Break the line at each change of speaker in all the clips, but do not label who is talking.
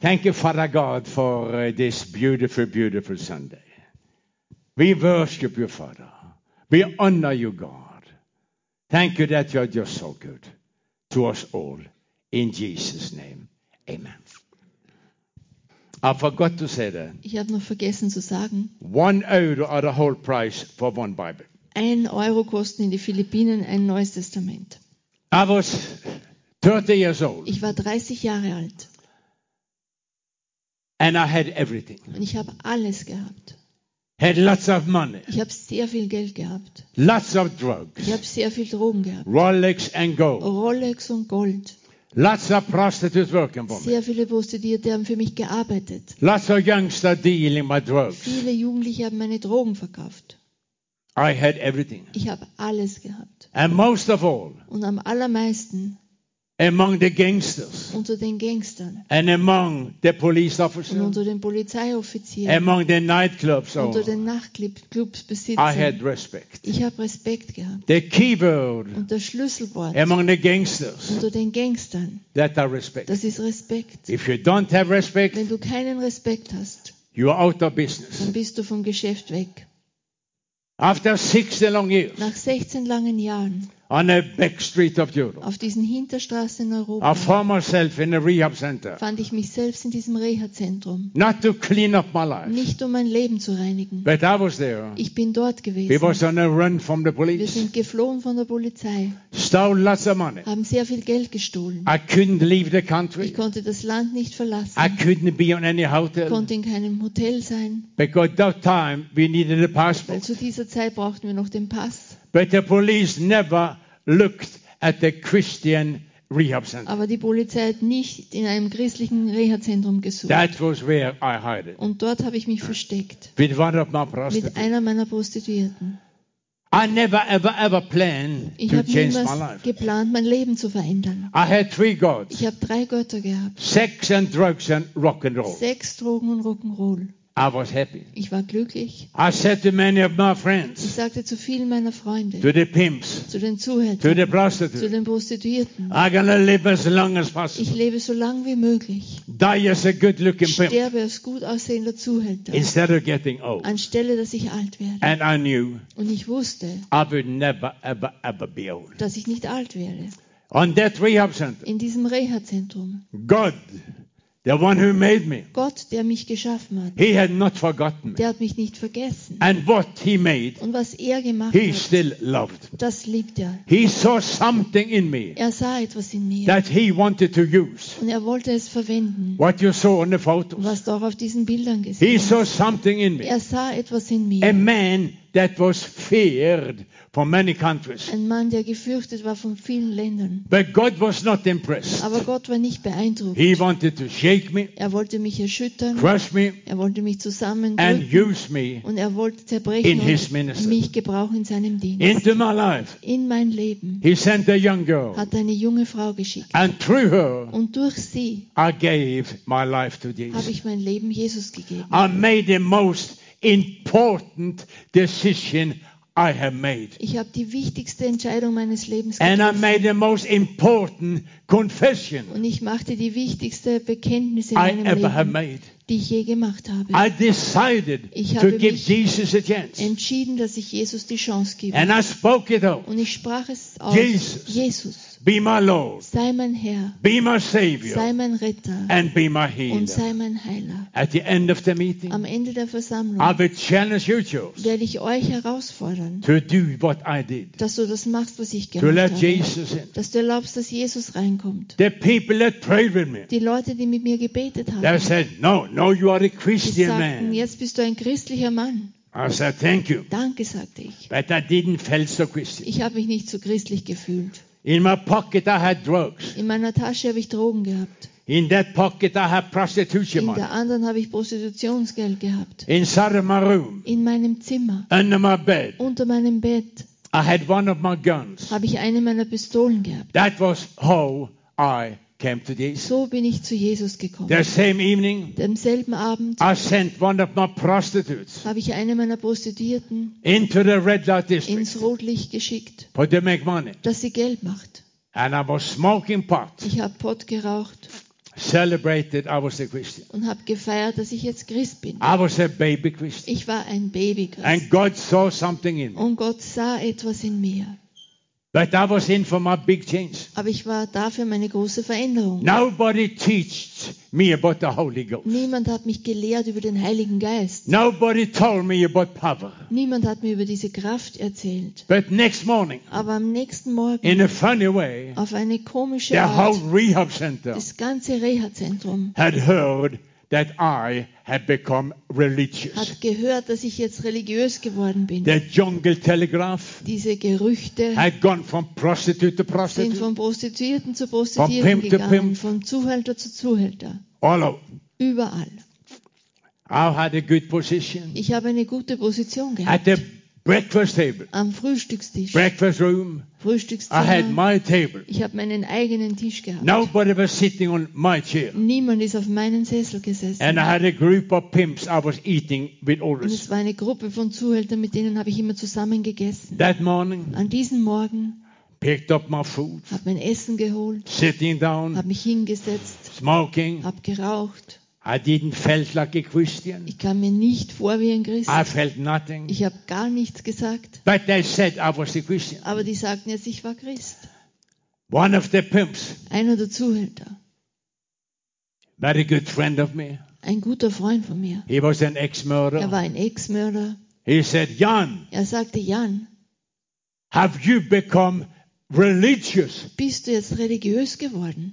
Thank you, Father God, for uh, this beautiful, beautiful Sunday. We worship you, Father. We honor you, God. Thank you that you are just so good to us all. In Jesus' name, amen. I forgot to say that.
Ich habe noch vergessen zu sagen,
One euro are the whole price for one Bible.
ein Euro kosten in die Philippinen ein neues Testament.
I was 30 years old
Ich war 30 Jahre alt
and I had everything.
und ich habe alles gehabt.
Had lots of money,
Ich habe sehr viel Geld gehabt.
lots of drugs,
Ich habe sehr viel Drogen gehabt.
Rolex and gold.
Rolex und Gold.
Lots of prostitutes working for me.
Sehr viele Prostituierte haben für mich gearbeitet.
Lots of youngsters dealing my drugs.
Viele Jugendliche haben meine Drogen verkauft.
I had everything.
Ich habe alles gehabt.
And most of all,
Und am allermeisten
among the gangsters
unter den Gangstern
and among the police
und
officers,
unter den Polizeioffizieren,
among the nightclubs,
unter
owners,
den
Ähm, I
Nachtclubbesitzern.
had respect.
Ich habe Respekt gehabt.
The key word
Und das Schlüsselwort
among the gangsters
unter den Gangstern,
that I respect.
das ist Respekt.
If you don't have respect,
Wenn du keinen Respekt hast,
you are out of
dann
business.
bist du vom Geschäft weg.
After 60 long years
Nach 16 langen Jahren
on a back street of Europe,
auf diesen Hinterstraßen in
I
Europa
found myself in a rehab center,
fand ich mich selbst in diesem Reha-Zentrum.
not to clean up my life,
Nicht um mein Leben zu reinigen.
but I was there.
Ich bin dort
We was
gewesen.
on a run from the
Wir
police,
sind geflohen von der Polizei,
stole lots of money.
haben sehr viel Geld gestohlen.
I couldn't leave the
Ich
country.
konnte das Land nicht
I
verlassen,
couldn't be on any hotel
konnte in keinem Hotel sein,
because that time we needed a
weil
passport.
zu dieser Zeit brauchten wir noch den Pass.
But the police never looked at the Christian rehab center.
Aber die Polizei hat nicht in einem christlichen Reha-Zentrum gesucht.
That was where I hid it
Und dort habe ich mich versteckt
with one of my
mit
prostitutes.
einer meiner Prostituierten.
I never ever ever planned
Ich
to
habe
change my
niemals
life.
geplant, mein Leben zu verändern.
I had three gods:
Ich habe drei Götter gehabt.
sex and drugs and rock and roll.
Sex, Drogen und Rock'n'Roll.
I was happy.
Ich war glücklich.
I said to many of my
Ich
friends,
sagte zu vielen meiner Freunde,
to the pimps,
zu den
to
Zuhältern,
the
zu
prostitutes,
den Prostituierten,
I'm gonna live as long as
ich
possible.
lebe so lang wie möglich.
Die as a good-looking pimp
Sterbe als gut aussehender Zuhälter,
instead of getting old.
anstelle dass ich alt werde.
And I knew
Und ich wusste,
I would never ever ever be old.
dass ich nicht alt werde.
On that rehab center,
In diesem Reha-Zentrum.
God, the one who made me,
Gott, der mich geschaffen hat,
He had not forgotten me.
der hat mich nicht vergessen.
And what He made,
Und was er gemacht
He
hat,
still loved.
das liebt er.
He saw something in me
Er sah etwas in mir
that He wanted to use.
und er wollte es verwenden,
What you saw on the photos.
was du auch auf diesen Bildern
He
gesehen
saw something in me.
Er sah etwas in
A
mir.
man that was feared for many countries.
Ein Mann, der gefürchtet war von vielen Ländern.
But God was not impressed.
Aber Gott war nicht beeindruckt.
He wanted to shake me,
Er wollte mich erschüttern,
crush me,
er wollte mich
and
zusammendrücken
use me
und er wollte
in
zerbrechen
his
und
ministry.
mich gebrauchen in seinem Dienst.
Into my life,
In mein Leben
he sent a young girl,
hat er eine junge Frau geschickt
and through her,
und durch sie
I gave my life to
habe
Jesus.
ich mein Leben Jesus gegeben.
I made the most important decision I have made.
Ich habe die wichtigste Entscheidung meines Lebens
And I
getroffen
made the most important confession
und ich machte die wichtigste Bekenntnisse
I
in meinem
ever have
Leben,
made.
die ich je gemacht habe.
I decided
Ich habe
to give
mich
Jesus a chance.
entschieden, dass ich Jesus die Chance gebe.
And I spoke it out.
Und ich sprach es aus.
Jesus.
Jesus,
Be my Lord,
sei mein Herr,
be my Savior,
sei mein Retter
and be my
und
healer.
sei mein Heiler.
At the end of the meeting,
Am Ende der
I
Versammlung
will challenge you, Jews,
werde ich euch herausfordern,
to do what I did,
dass du das machst, was ich
to
gemacht
let
habe.
Jesus in.
Dass du erlaubst, dass Jesus reinkommt.
The people that prayed with me,
Die Leute, die mit mir gebetet
they
haben,
said, No, no, you are a
die
Christian
sagten,
man.
jetzt bist du ein christlicher Mann.
I said, Thank you.
Danke, sagte ich.
But I didn't feel so Christian.
Ich habe mich nicht so christlich gefühlt.
In my pocket, I had drugs.
In meiner Tasche habe ich Drogen gehabt.
In that pocket, I had prostitution
In
money.
der anderen habe ich Prostitutionsgeld gehabt.
Inside of my room,
In meinem Zimmer,
under my bed,
unter meinem Bett,
I had one of my guns.
habe ich eine meiner Pistolen gehabt.
That was how I came to Jesus.
So bin ich zu Jesus gekommen.
The same evening,
Am selben Abend
I sent one of my prostitutes
habe ich eine meiner Prostituierten
into the red light district
ins Rotlicht geschickt,
for to make money.
dass sie Geld macht.
And I was smoking pot,
Ich habe Pott geraucht,
celebrated I was a Christian.
und habe gefeiert, dass ich jetzt Christ bin.
I was a baby Christian.
Ich war ein Baby Christ.
And God saw something in me.
Und Gott sah etwas in mir.
But I was in for my big change.
Aber ich war dafür meine große Veränderung.
Nobody teached me about the Holy Ghost.
Niemand hat mich gelehrt über den Heiligen Geist.
Nobody told me about power.
Niemand hat mir über diese Kraft erzählt.
But next morning,
Aber am nächsten Morgen,
in a funny way,
auf eine komische
the whole
Art,
rehab center
das ganze Reha-Zentrum
had heard that I had become religious.
hat gehört, dass ich jetzt religiös geworden bin.
The jungle telegraph
Diese Gerüchte
had gone from prostitute to
sind
prostitute.
von Prostituierten zu Prostituierten
Pimp to
gegangen,
Pimp.
von Zuhälter zu Zuhälter.
All over.
Überall.
I had a good position
Ich habe eine gute Position
at
gehabt.
the breakfast table,
Am Frühstückstisch,
breakfast room. I had
Frühstückszimmer.
my table.
Ich habe meinen eigenen Tisch gehabt.
Nobody was sitting on my chair.
Niemand ist auf meinen Sessel gesessen.
And I had a group of pimps I was eating with
Und
always.
es war eine Gruppe von Zuhältern, mit denen habe ich immer zusammen gegessen.
That morning,
An diesem Morgen
picked up my food,
habe mein Essen geholt,
sitting down,
habe mich hingesetzt,
smoking.
habe geraucht.
I didn't felt like a Christian.
Ich kam mir nicht vor wie ein Christ.
I felt nothing.
Ich habe gar nichts gesagt.
But they said I was a Christian.
Aber die sagten jetzt, ich war Christ.
One of the pimps,
Einer der Zuhälter,
very good friend of me,
ein guter Freund von mir.
he was an
Er war
ex-murderer.
ein Ex-Mörder.
He said, Jan,
Er sagte, Jan,
have you become religious?
bist du jetzt religiös geworden?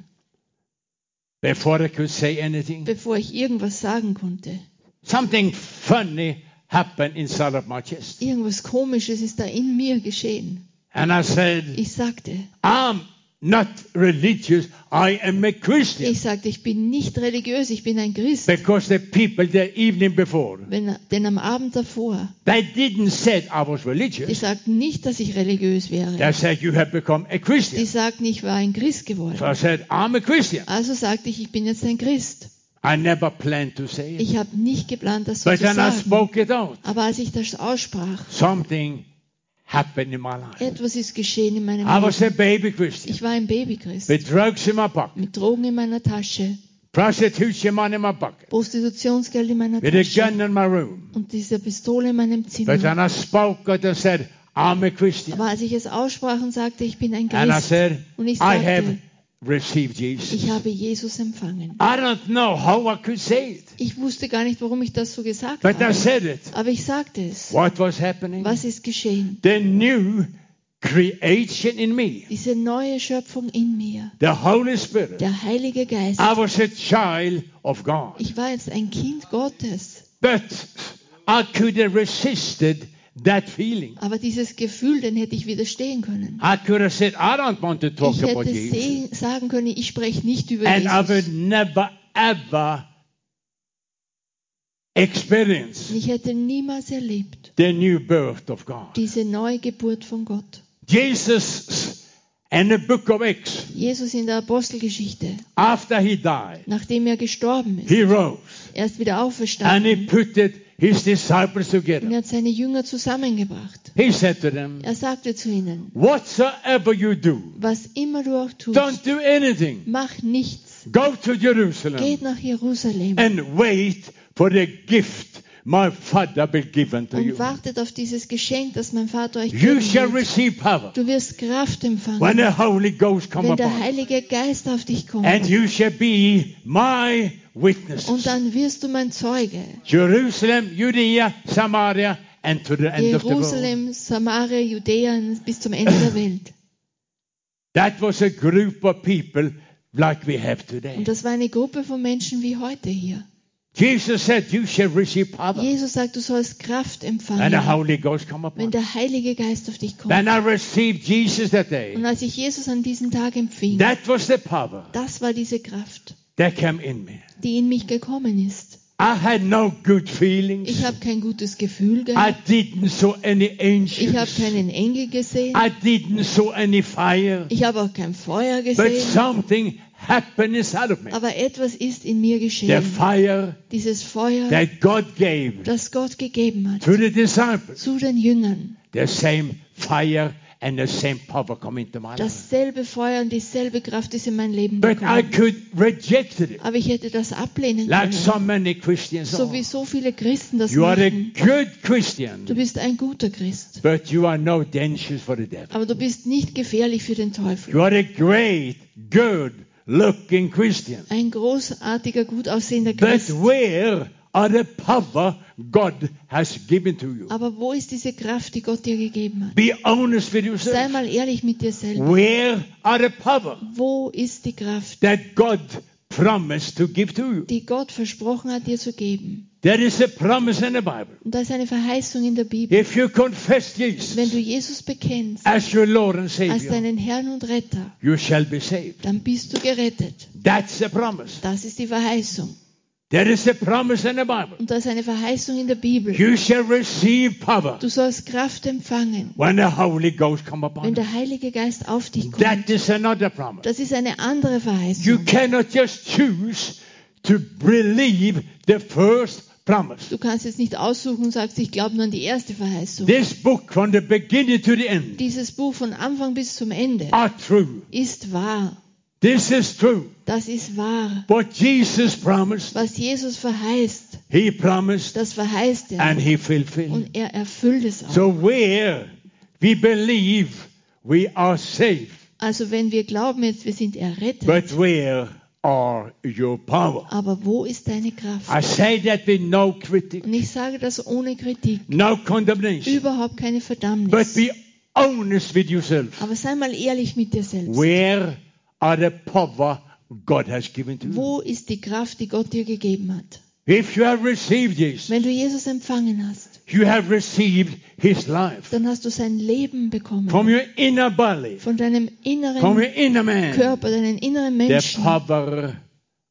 Before I could say anything,
Bevor ich irgendwas sagen konnte.
something funny happened inside of my chest.
Irgendwas Komisches ist da in mir geschehen.
And I said,
Ich sagte,
I'm not religious, I am a Christian.
Ich sagte, ich bin nicht religiös, ich bin ein Christ.
Because the people the evening before,
Wenn, denn am Abend davor,
they didn't said I was
die
religious.
sagten nicht, dass ich religiös wäre.
They said you have become a
Die
Christian.
sagten, ich war ein Christ
So
geworden.
I said I'm a Christian.
Also sagte ich, ich bin jetzt ein Christ.
I never planned to say it.
Ich habe nicht geplant, das so
But
zu
then I
sagen.
spoke it out.
Aber als ich das aussprach,
Something happened in my life.
etwas ist geschehen in meinem
I was
Leben.
a baby Christian
Ich war ein Babychrist.
with drugs in my pocket,
Mit Drogen in meiner Tasche,
prostitution money in my pocket,
Prostitutionsgeld in meiner
with a gun
Tasche
in my room.
und dieser Pistole in meinem
But
Zimmer.
then I spoke it and said I'm a Christian.
Aber als ich es aussprach und sagte, ich bin ein
And I
Christ,
said
Und ich
I
sagte,
have received
ich
Jesus.
habe Jesus empfangen.
I don't know how I could say it.
Ich wusste gar nicht, warum ich das so gesagt
But I
habe.
said it.
Aber ich sagte es.
What was happening?
Was ist geschehen?
The new creation in me,
Diese neue Schöpfung in mir,
the Holy Spirit.
der Heilige Geist.
I was a child of God.
Ich war jetzt ein Kind Gottes,
But I could have resisted that feeling.
aber dieses Gefühl, den hätte ich widerstehen können.
I could have said, I don't want to talk
Ich
about
hätte
Jesus.
sehen, sagen können, ich spreche nicht über
And I would
Jesus.
never, ever
Und
experience
ich hätte niemals erlebt
the new birth of God.
diese neue Geburt von Gott.
Jesus in the book of Acts,
Jesus in der Apostelgeschichte,
after he died,
nachdem er gestorben ist,
he rose
er ist wieder
and he
auferstanden
put it, his disciples
und
together.
er hat seine Jünger zusammengebracht.
He said to them,
Er sagte zu ihnen,
Whatsoever you do,
was immer du auch tust,
don't do anything.
mach nichts
Go to Jerusalem
Geht nach Jerusalem
and wait for the gift my Father will give unto
und
you.
wartet auf dieses Geschenk, das mein Vater euch
You
geben
shall
wird.
receive power
Du wirst Kraft
when
empfangen,
the Holy Ghost come
wenn der
upon you,
Heilige Geist auf dich kommt.
and you shall be my
Und
witnesses.
dann wirst du mein Zeuge.
Jerusalem, Judea, Samaria, and to the end of the world.
Jerusalem, Samaria, Judäa bis zum Ende der Welt.
That was a group of people like we have today.
Und das war eine Gruppe von Menschen wie heute hier.
Jesus said, You shall receive power
Jesus sagt, du sollst Kraft
when the
empfangen,
Holy Ghost come upon
wenn
you.
der Heilige Geist auf dich kommt.
Then I received Jesus that
Und
day.
als ich Jesus an diesem Tag empfing,
That was the power
das war diese Kraft,
that came in me.
die in mich gekommen ist.
I had no good
Ich
feelings.
habe kein gutes Gefühl
I
gehabt.
didn't saw any
Ich habe
angels.
keinen Engel gesehen.
I didn't saw any fire.
Ich habe auch kein Feuer
But
gesehen.
something happened inside of me.
Aber etwas ist in mir
The
geschehen.
fire
Dieses Feuer,
that God gave
das Gott gegeben hat
to the disciples.
zu den Jüngern.
The same fire and the same power come into my life.
Dasselbe Feuer und dieselbe Kraft ist in mein Leben
But I
gekommen.
could reject it
Aber ich hätte das ablehnen
like
können.
so many Christians.
Mm. So
Are.
wie so viele Christen das
You are a
machen.
good
Du
Christian,
bist ein guter Christ.
but you are no dangerous for the devil.
Aber du bist nicht gefährlich für den Teufel.
You are a great, good looking Christian.
Ein großartiger, gut aussehender
But
Christ.
where are the power God has given to you?
Aber wo ist diese Kraft, die Gott dir gegeben hat?
Be honest with
Sei
yourself.
mal ehrlich mit dir selbst.
Where are the power
Wo ist die Kraft,
that God promised to give to you?
die Gott versprochen hat, dir zu geben?
There is a promise in the Bible.
Und da ist eine Verheißung in der Bibel.
If you confess
Wenn du
Jesus
Jesus bekennst
as your Lord and
als
Savior,
deinen Herrn und Retter,
you shall be saved.
dann bist du gerettet.
That's a promise.
Das ist die Verheißung.
There is a promise in the Bible.
Und da ist eine Verheißung in der Bibel.
You shall receive power
Du sollst Kraft empfangen,
when the Holy Ghost come upon
wenn
you.
der Heilige Geist auf dich kommt.
That is another promise.
Das ist eine andere
You
Verheißung.
cannot just choose to believe the first promise.
Du kannst jetzt nicht aussuchen und sagst, ich glaube nur an die erste Verheißung.
This book, from the beginning to the end,
Dieses Buch von Anfang bis zum Ende
are true.
ist wahr.
This is true.
Das ist wahr.
What Jesus promised,
Was Jesus verheißt,
He promised
das verheißt er.
and He fulfilled.
Und er erfüllt es auch.
So where we believe we are safe,
Also wenn wir glauben jetzt, wir sind errettet,
but where are your power?
aber wo ist deine Kraft?
I say that with no critic,
Und ich sage das ohne Kritik,
no condemnation,
überhaupt keine
but
Verdammnis.
be honest with yourself.
Aber sei mal ehrlich mit dir selbst.
Where are the power God has given to you?
Wo ist die Kraft, die Gott dir gegeben hat?
If you have received Jesus,
Wenn du Jesus empfangen hast,
you have received His life
dann hast du sein Leben
from
bekommen.
your inner belly,
Von deinem
from your
inneren
inner man.
Körper, deinen inneren
The
Menschen
power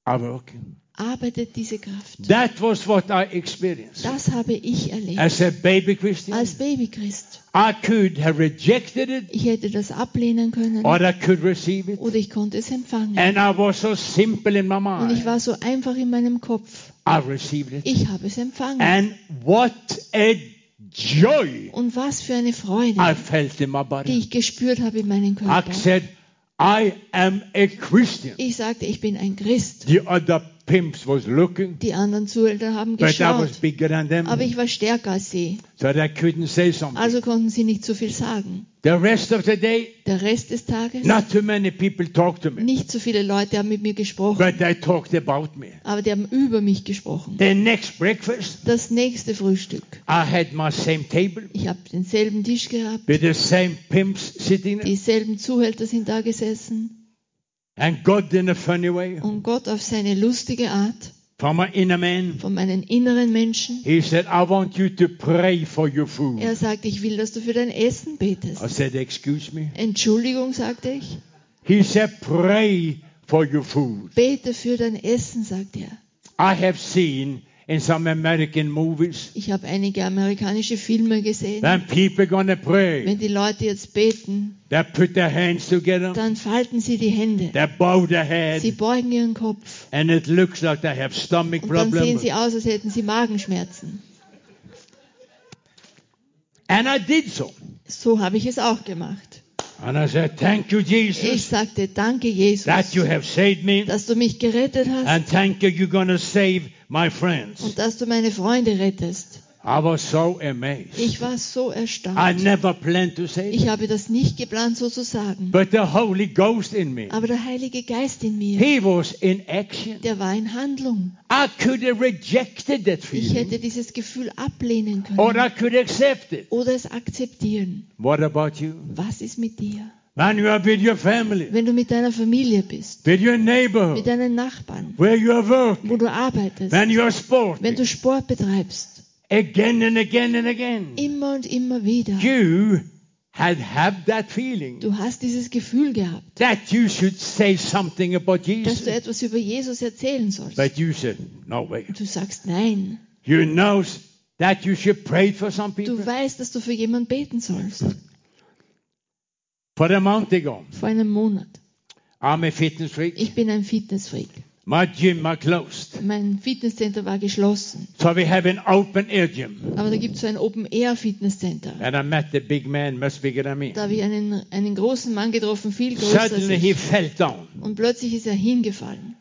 are working.
arbeitet diese Kraft.
That was what I experienced
Das habe ich erlebt
as a baby Christian.
als Babychrist.
I could have rejected it,
Ich hätte das ablehnen können
or I could receive it,
oder ich konnte es empfangen.
and I was so simple in my
Und ich
mind.
war so einfach in meinem Kopf.
I received it,
Ich habe es empfangen.
and what a joy
Und was für eine
I
Freude,
felt in my body.
die ich gespürt habe in
I
meinem Körper.
said, I am a Christian.
Ich sagte, ich bin ein Christ.
The other pimps was looking,
Die anderen Zuhälter haben
but I was
geschaut,
bigger than
aber
them,
ich war stärker als sie.
so they couldn't say something.
Also konnten sie nicht so viel sagen.
The rest of the day,
Der Rest des Tages,
not too many people talked to me,
nicht so viele Leute haben mit mir gesprochen,
but they talked about me.
aber die haben über mich gesprochen.
The next breakfast,
Das nächste Frühstück.
I had my same table
Ich habe denselben Tisch gehabt.
with the same pimps sitting,
Dieselben Zuhälter sind da gesessen
and God in a funny way,
und Gott auf seine lustige Art
from my inner man,
von meinen inneren Menschen.
he said, I want you to pray for your food.
Er sagt, ich will, dass du für dein Essen betest.
I said, excuse me.
Entschuldigung, sagte ich.
He said, pray for your food.
Bete für dein Essen, sagt er.
I have seen in some American movies
Ich habe einige amerikanische Filme gesehen.
when people gonna pray,
Wenn die Leute jetzt beten,
they put their hands together,
dann falten sie die Hände.
they bow their
Sie
head,
beugen ihren Kopf.
and it looks like they have stomach
Und dann sehen
problems.
sie aus, als hätten sie Magenschmerzen.
And I did so.
So habe ich es auch gemacht.
And I said, thank you,
Ich
Jesus,
sagte, danke Jesus,
that you have saved me,
dass du mich gerettet hast
and thank you, you're gonna save my friends.
und dass du meine Freunde rettest.
I was so amazed.
Ich war so
I
erstaunt.
never planned to say
Ich
that.
habe das nicht geplant, so zu sagen.
But the Holy Ghost in me,
Aber der Heilige Geist in mir,
He was in action.
der war in Handlung.
I could have rejected that
Ich
feeling,
hätte dieses Gefühl ablehnen
or
können
I could accept it.
oder es akzeptieren.
What about you?
Was ist mit dir?
When you are with your family,
Wenn du mit deiner Familie bist,
with your
mit
neighborhood,
deinen Nachbarn,
where you are working,
wo du arbeitest,
when you are
wenn
sporting,
du Sport betreibst,
again and again and again,
immer und immer wieder,
you had have that feeling
du hast dieses Gefühl gehabt,
that you should say something about
dass du
Jesus.
etwas über Jesus erzählen sollst.
But you said, no way.
Du sagst nein.
You know that you should pray for some
Du
people.
weißt, dass du für jemanden beten sollst.
For a month ago,
Vor einem Monat.
I'm a fitness freak.
Ich bin ein Fitnessfreak.
My gym are closed.
Mein Fitnesscenter war geschlossen.
So we have an open air gym.
Aber da gibt es so ein Open-Air-Fitnesscenter.
And I met the big man, must be I mean.
Da habe ich einen, einen großen Mann getroffen, viel größer als
Suddenly he
ich.
fell down
Und plötzlich ist er hingefallen.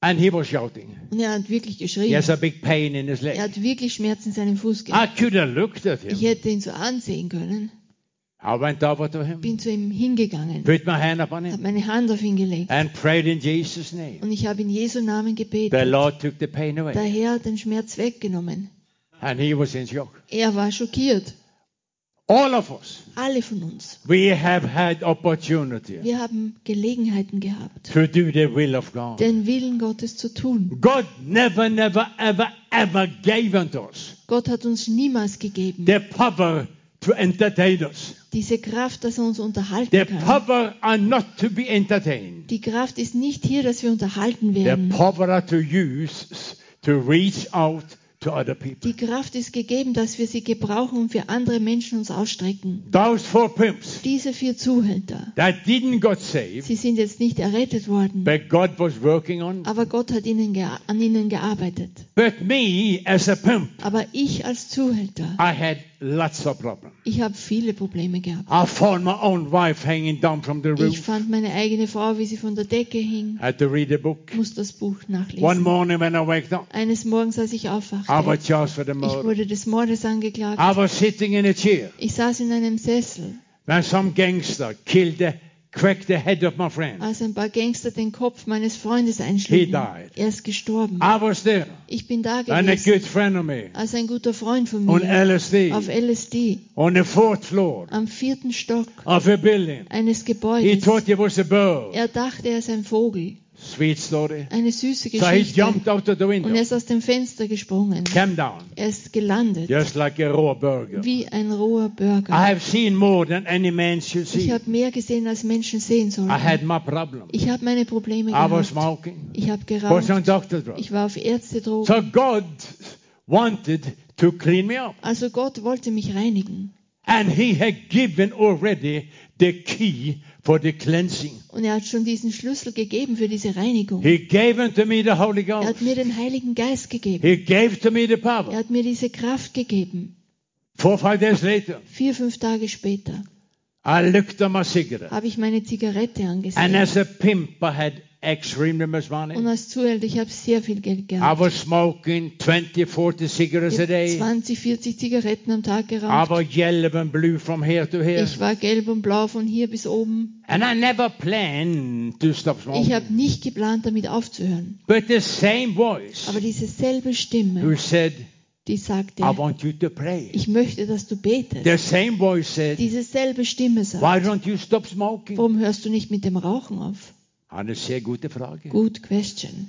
and he was shouting.
Und er hat wirklich
He
geschrien.
has a big pain in his
Er
leg.
hat wirklich Schmerzen in seinem Fuß
I
gehabt.
could have looked at
Ich
him.
hätte ihn so ansehen können.
I went over to him,
Bin zu ihm hingegangen,
put my hand upon
habe
him,
meine Hand auf ihn gelegt
and prayed in Jesus' name.
und ich habe in Jesu Namen
The
gebetet.
Lord took the pain
Der
away.
Herr hat den Schmerz weggenommen.
And he was in shock.
Er war schockiert.
All of us,
Alle von uns.
we have had opportunity
Wir haben Gelegenheiten gehabt,
to do the will of God.
den Willen Gottes zu tun.
God never, never, ever, ever gave unto us
Gott hat uns niemals gegeben
the power to entertain us.
diese Kraft, dass er uns unterhalten
The
kann.
power are not to be entertained.
Die Kraft ist nicht here, dass wir unterhalten
The
werden.
power are to use to reach out to other people.
Die Kraft ist gegeben, dass wir sie gebrauchen und für andere Menschen uns ausstrecken.
Those four pimps
Diese vier Zuhälter,
that didn't got saved,
sie sind jetzt nicht errettet worden,
but God was working on.
aber Gott hat ihnen gea- an ihnen gearbeitet.
But me as a pimp,
Aber ich als Zuhälter,
I had lots of problems.
ich habe viele Probleme gehabt.
I found my own wife hanging down from the
Ich
roof.
fand meine eigene Frau, wie sie von der Decke hing,
I had to read a book.
muss das Buch
One
nachlesen.
morning when I waked up,
Eines Morgens, als ich
I
aufwachte,
was charged for the
ich
murder.
wurde des Mordes angeklagt.
I was sitting in a chair
Ich saß in einem Sessel,
when some gangster killed the, cracked the head of my friend.
als ein paar Gangster den Kopf meines Freundes einschlugen.
He died. Ah.
Er ist gestorben.
I was there,
Ich bin da
and a
gewesen,
good friend of me
als ein guter Freund von
on
mir, auf
LSD
LSD,
on the fourth floor
am vierten Stock
of a building.
eines
He
Gebäudes.
thought he was a bird.
Er dachte, er ist ein Vogel.
Sweet story.
Eine süße
So he
Geschichte.
jumped out of the
Und er
window,
ist aus dem Fenster gesprungen.
came down,
Er ist gelandet,
just like a raw burger.
wie ein roher
I
Burger.
have seen more than any man should
Ich
see.
habe mehr gesehen, als Menschen sehen
I had
sollten.
my problem.
Ich habe meine Probleme
I was
gehabt.
smoking,
Ich habe
was on
geraucht.
doctor drugs.
Ich war auf Ärztedrogen.
So God wanted to clean me up.
Also Gott wollte mich reinigen.
And he had given already the key for the cleansing.
Und er hat schon diesen Schlüssel gegeben für diese Reinigung.
He gave unto me the Holy
Er hat
Ghost.
mir den Heiligen Geist gegeben.
He gave to me the
Er
power.
hat mir diese Kraft gegeben.
Four or five days later,
Vier, fünf Tage später
I looked at my cigarette.
habe ich meine Zigarette
And
angesehen.
as a pimp, I had extremely much money.
Und als Zuhälter, ich habe sehr viel Geld
I
gehabt.
was smoking 20, 40 cigarettes
Ich
a
hab
day.
20, 40 Zigaretten am Tag
I
geraucht.
was yellow and blue from here to here.
Ich war gelb und blau von hier bis oben.
And I never planned to stop
Ich habe
smoking.
nicht geplant, damit aufzuhören.
But the same voice
Aber diese selbe
who
Stimme,
said,
die
I
sagte,
want you to pray.
ich möchte, dass du betest.
The same voice said,
Diese selbe Stimme
Why
sagt,
don't you stop smoking?
warum hörst du nicht mit dem Rauchen auf?
Eine sehr gute Frage.
Good question.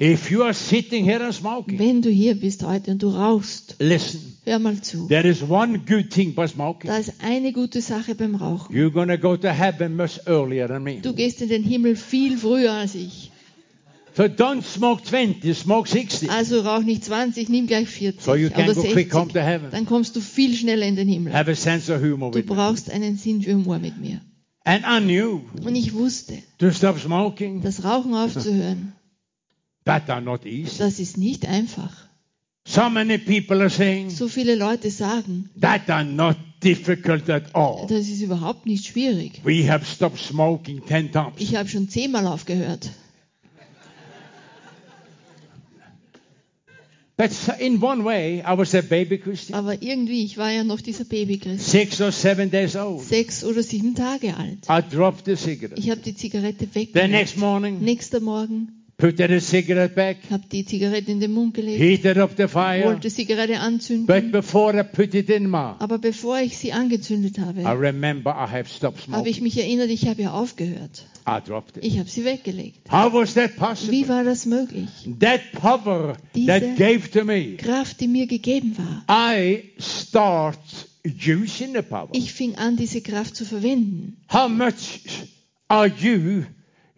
If you are sitting here and smoking,
Wenn du hier bist heute und du rauchst,
listen.
hör mal zu.
There is one good thing by smoking.
Da ist eine gute Sache beim Rauchen.
You're gonna go to heaven much earlier than me.
Du gehst in den Himmel viel früher als ich.
So don't smoke 20, smoke 60.
Also rauch nicht 20, nimm gleich 40
So you can
oder
go quick home
60.
to heaven.
Dann kommst du viel schneller in den Himmel.
Have a sense of humor
Du
with me.
brauchst einen Sinn für Humor mit mir.
And I knew
Und ich wusste,
to stop smoking,
das Rauchen aufzuhören,
that are not easy.
das ist nicht einfach.
So many people are saying
So viele Leute sagen,
that are not difficult at all.
das ist überhaupt nicht schwierig.
We have stopped smoking 10 times.
Ich habe schon zehnmal aufgehört.
But so- in one way, I was a baby Christian,
Aber irgendwie, ich war ja noch dieser Babychrist.
six or seven days old.
Sechs oder sieben Tage alt.
I dropped the cigarette.
Ich habe die Zigarette
The
weggelegt.
next morning,
Nächster Morgen
put the cigarette back,
habe die Zigarette in den Mund gelegt,
heated up the fire.
wollte sie gerade
But
anzünden.
before I put it in my,
Aber bevor ich sie angezündet
I
habe,
remember I have stopped
habe ich
smoking.
mich erinnert, ich habe ja aufgehört.
I dropped it.
Ich habe sie weggelegt.
How was that
Wie
possible?
war das möglich?
That power that
Diese-
gave to me.
Kraft, die mir gegeben war.
I start using the power.
Ich fing an, diese Kraft zu verwenden.
How much are you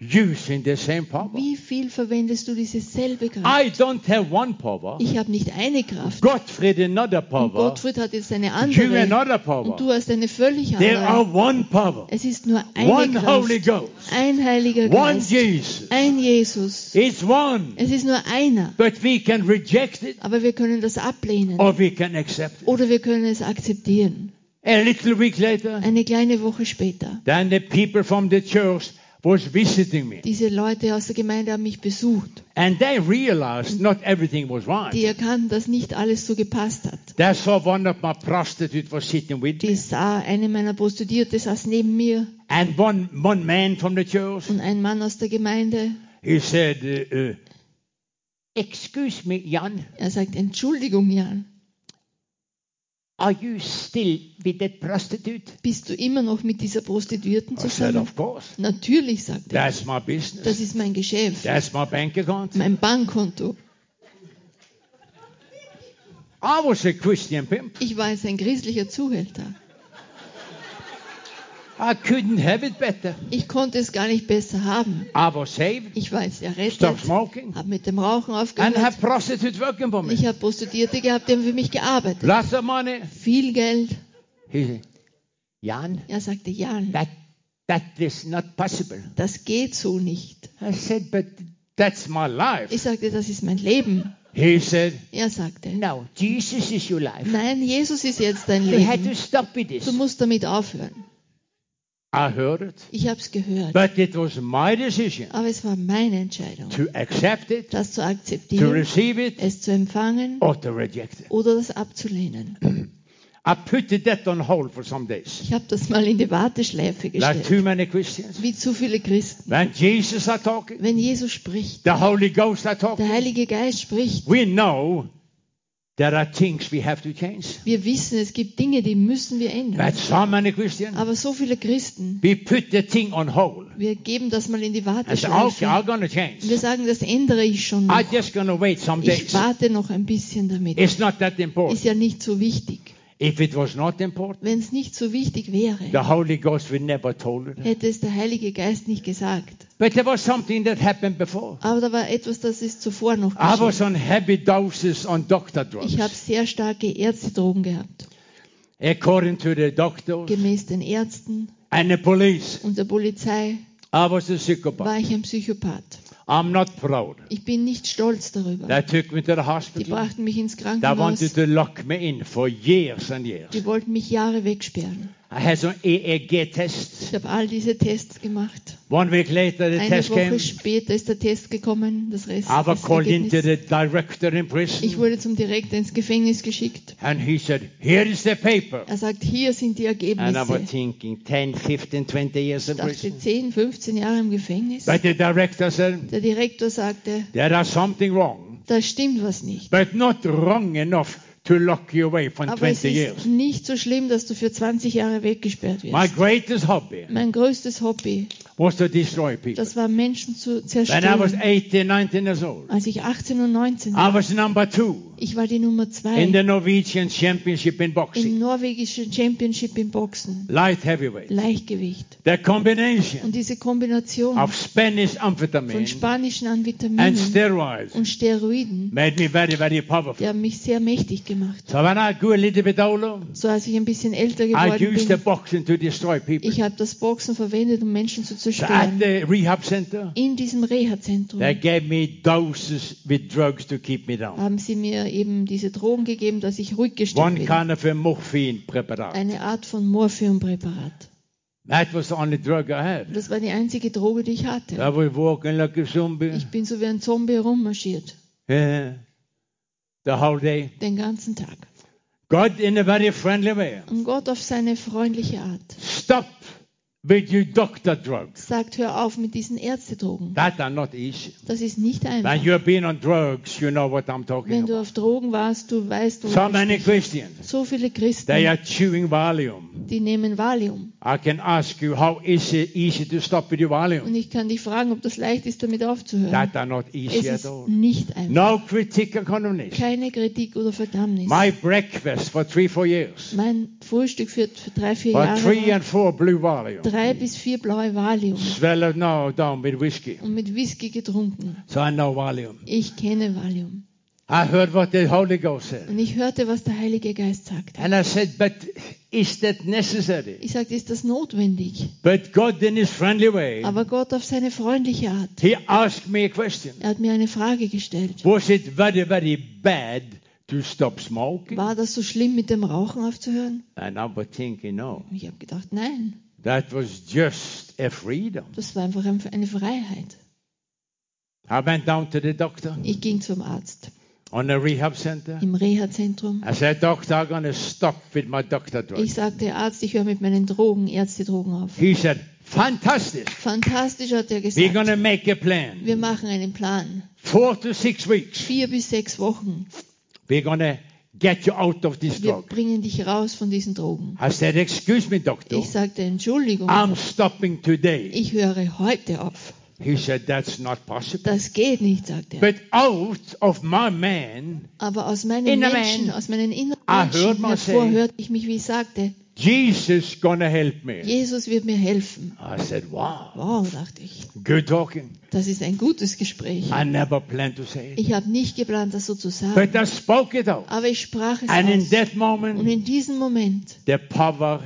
using the same power.
Wie viel verwendest du diese selbe Kraft?
I don't have one power.
Ich habe nicht eine Kraft.
Gottfried another
Und
power.
Gottfried hat jetzt eine
You
andere.
another power.
Und du hast eine völlig
There are
andere.
one power.
Es ist nur eine
One Holy
Kraft.
Ghost.
Ein Heiliger
One
Geist.
Jesus.
Ein Jesus.
It's one.
Es ist nur einer.
But we can reject it
Aber wir können das ablehnen.
or we can accept it.
Oder wir können es akzeptieren.
A little week later,
Eine kleine Woche später.
then the people from the church was visiting me.
Diese Leute aus der Gemeinde haben mich besucht.
And they realized not everything was
Die
right.
erkannten, dass nicht alles so gepasst hat.
They saw one of my prostitutes was sitting with me.
Ich sah eine meiner Prostituierte saß neben mir
And one, one man from the church,
und ein Mann aus der Gemeinde.
he said, uh, uh, Excuse me, Jan,
Er sagt, Entschuldigung, Jan,
are you still with that prostitute?
bist du immer noch mit dieser Prostituierten
I said,
zusammen?
Of course.
Natürlich, sagt er.
That's my business.
Das ist mein Geschäft,
That's my bank account.
mein Bankkonto.
I was a Christian pimp.
Ich war jetzt ein christlicher Zuhälter.
I couldn't have it better.
Ich konnte es gar nicht besser haben.
I was saved,
Ich war jetzt
stopped
errettet,
smoking,
habe mit dem Rauchen
and
aufgehört.
have prostitutes working for me.
Ich habe Prostituierte gehabt, die haben für mich gearbeitet.
Lots of money.
Viel Geld.
He said, Jan,
Er sagte, Jan,
that, that is not possible.
das geht so nicht.
I said, but that's my life.
Ich sagte, das ist mein Leben.
He said,
Er sagte,
No, Jesus is your life.
nein, Jesus ist jetzt dein
You had
Leben.
to stop with this.
Du musst damit aufhören.
I heard it.
Ich habe es gehört.
But it was my decision
Aber es war meine Entscheidung,
to accept it,
das zu
to
akzeptieren,
receive it,
es zu empfangen
or to reject it.
oder das abzulehnen.
I put that on hold for some days.
Ich habe das mal in die Warteschleife
Like
gestellt.
too many Christians.
Wie zu viele Christen.
When Jesus are talking,
Wenn Jesus spricht,
the Holy Ghost are
der
talking,
Heilige Geist spricht,
we know there are things we have to change.
wir wissen, es gibt Dinge, die müssen wir ändern.
But so many Christians,
Aber so viele Christen,
we put the thing on hold.
wir geben das mal in die
I said, okay, I'm going
Warteschleife.
to
Und wir
change.
sagen, das ändere ich schon noch.
I'm just going to wait some
Ich
days.
warte noch ein bisschen damit.
It's not that
Ist
important.
ja nicht so wichtig.
If it was not important,
Wenn es nicht so wichtig
the
wäre,
Holy Ghost would never told it.
hätte es der Heilige Geist nicht gesagt.
But there was something that happened before.
Aber da war etwas, das ist zuvor noch
I
geschehen.
was on heavy doses on doctor drugs.
Ich habe sehr starke Ärztedrogen gehabt,
According to the doctors
gemäß den Ärzten
and the police,
und der Polizei
I was a psychopath.
war ich ein Psychopath.
I'm not proud.
Ich bin nicht stolz darüber.
They took me to the
Die
hospital.
brachten mich ins
They
Krankenhaus.
wanted to lock me in for years and years.
Die wollten mich Jahre wegsperren.
I had some EEG tests.
Ich habe all diese Tests gemacht.
One week later, the
Eine
test came.
Woche später ist der Test gekommen, das Rest.
I was
das
called into
Ergebnis.
the director in
Ich
prison,
wurde zum Direktor ins Gefängnis geschickt.
and he said, "Here is the paper."
Er sagt, hier sind die
And I was
Ergebnisse.
thinking, 10, 15, 20 years in
Ich dachte,
prison.
10, 15 Jahre im Gefängnis.
But the director said,
Der Direktor sagte,
"There is something wrong."
da stimmt was nicht.
but not wrong enough to lock you away for
Aber es
20
ist
years.
nicht so schlimm, dass du für 20 Jahre weggesperrt
My
wirst.
greatest hobby
Mein größtes Hobby,
was to destroy people.
das war Menschen zu
When I was
zerstören.
18, 19 years old,
Als ich 18 und 19
I
war,
was number two
ich war die Nummer
Ah. in
2
the Norwegian Championship in
im
boxing,
norwegischen Championship im Boxen,
light heavyweight.
Leichtgewicht.
The
Und
combination
diese Kombination
of
von
Spanish amphetamine
spanischen
and
Anvitaminen
steroids
und Steroiden,
made me very, very powerful.
die haben mich sehr mächtig gemacht.
So when I grew a little bit older,
So als ich ein bisschen älter
I
geworden
used the
bin,
boxing to destroy people.
ich habe das Boxen verwendet, um Menschen zu
So at
zerstören.
the rehab center,
In diesem Reha-Zentrum
they gave me doses with drugs to keep me down.
haben sie mir eben diese Drogen gegeben, dass ich ruhig gestellt
One
bin.
kind of a morphine preparat.
Eine Art von Morphiumpräparat.
That was the only drug I had.
Das war die einzige Droge, die ich hatte.
I was walking like a zombie
Ich bin so wie ein Zombie herummarschiert,
eh, the whole day.
den ganzen Tag.
God, in a very friendly way,
Und Gott auf seine freundliche Art
stop with your doctor drugs.
sagt, hör auf mit diesen Ärztedrogen.
That are not easy.
Das ist nicht
When
einfach.
you have been on drugs, you know what I'm talking
Wenn du
about.
auf Drogen warst, du weißt, wo
So
du
many
bist.
Christians
so viele Christen,
They are chewing Valium.
die nehmen Valium.
I can ask you, how is it easy to stop with the Valium?
Und ich kann dich fragen, ob das leicht ist, damit aufzuhören.
That are not
Es
easy at
ist
all.
nicht einfach.
No critique and condemnation.
Keine Kritik oder Verdammnis.
My breakfast for three, four years.
mein Frühstück für, für drei, vier
For
Jahre
three
war
and four blue Valium.
drei bis vier blaue Valium
Swallowed now down with whiskey.
und mit Whisky getrunken.
So I know Valium.
Ich kenne Valium.
I heard what the Holy Ghost said.
Und ich hörte, was der Heilige Geist sagte.
And I said, but is that necessary?
Ich sagte, ist das notwendig?
But God, in His friendly way,
Aber Gott auf seine freundliche Art.
He asked me a question.
Er hat mir eine Frage gestellt.
Was it very, very bad to stop smoking?
War das so schlimm, mit dem Rauchen aufzuhören?
And I was thinking, no.
Und ich habe gedacht, nein,
That was just a freedom.
das war einfach ein- eine Freiheit.
I went down to the doctor
Ich ging zum Arzt
on the rehab center.
im Reha-Zentrum.
I said, Doctor, I'm going to stop with my doctor drug.
Ich sagte, Arzt, ich höre mit meinen Drogen, Ärzte-Drogen auf.
He said, Fantastic.
Fantastisch, hat er
We're going
gesagt.
to make a plan.
Wir machen einen Plan.
Four to six weeks.
Vier bis sechs Wochen.
We're going to get you out of this
Wir
drug.
bringen dich raus von diesen Drogen.
I said, Excuse me, doctor.
Ich sagte, Entschuldigung,
I'm stopping today.
ich höre heute auf.
He said, That's not possible.
Das geht nicht, sagte er.
But out of my man,
Aber aus meinen
Inner
Menschen, Ah,
man.
aus meinen inneren
I heard
Menschen
myself.
hervor hörte ich mich, wie ich sagte,
Jesus going to help me.
Jesus wird mir helfen.
I said, Wow,
Wow, dachte ich,
good talking.
das ist ein gutes Gespräch.
I never planned to say it.
Ich habe nicht geplant, das so zu sagen,
But I spoke it out.
aber ich sprach es
And in
aus.
that
Und
moment,
in diesem Moment
the power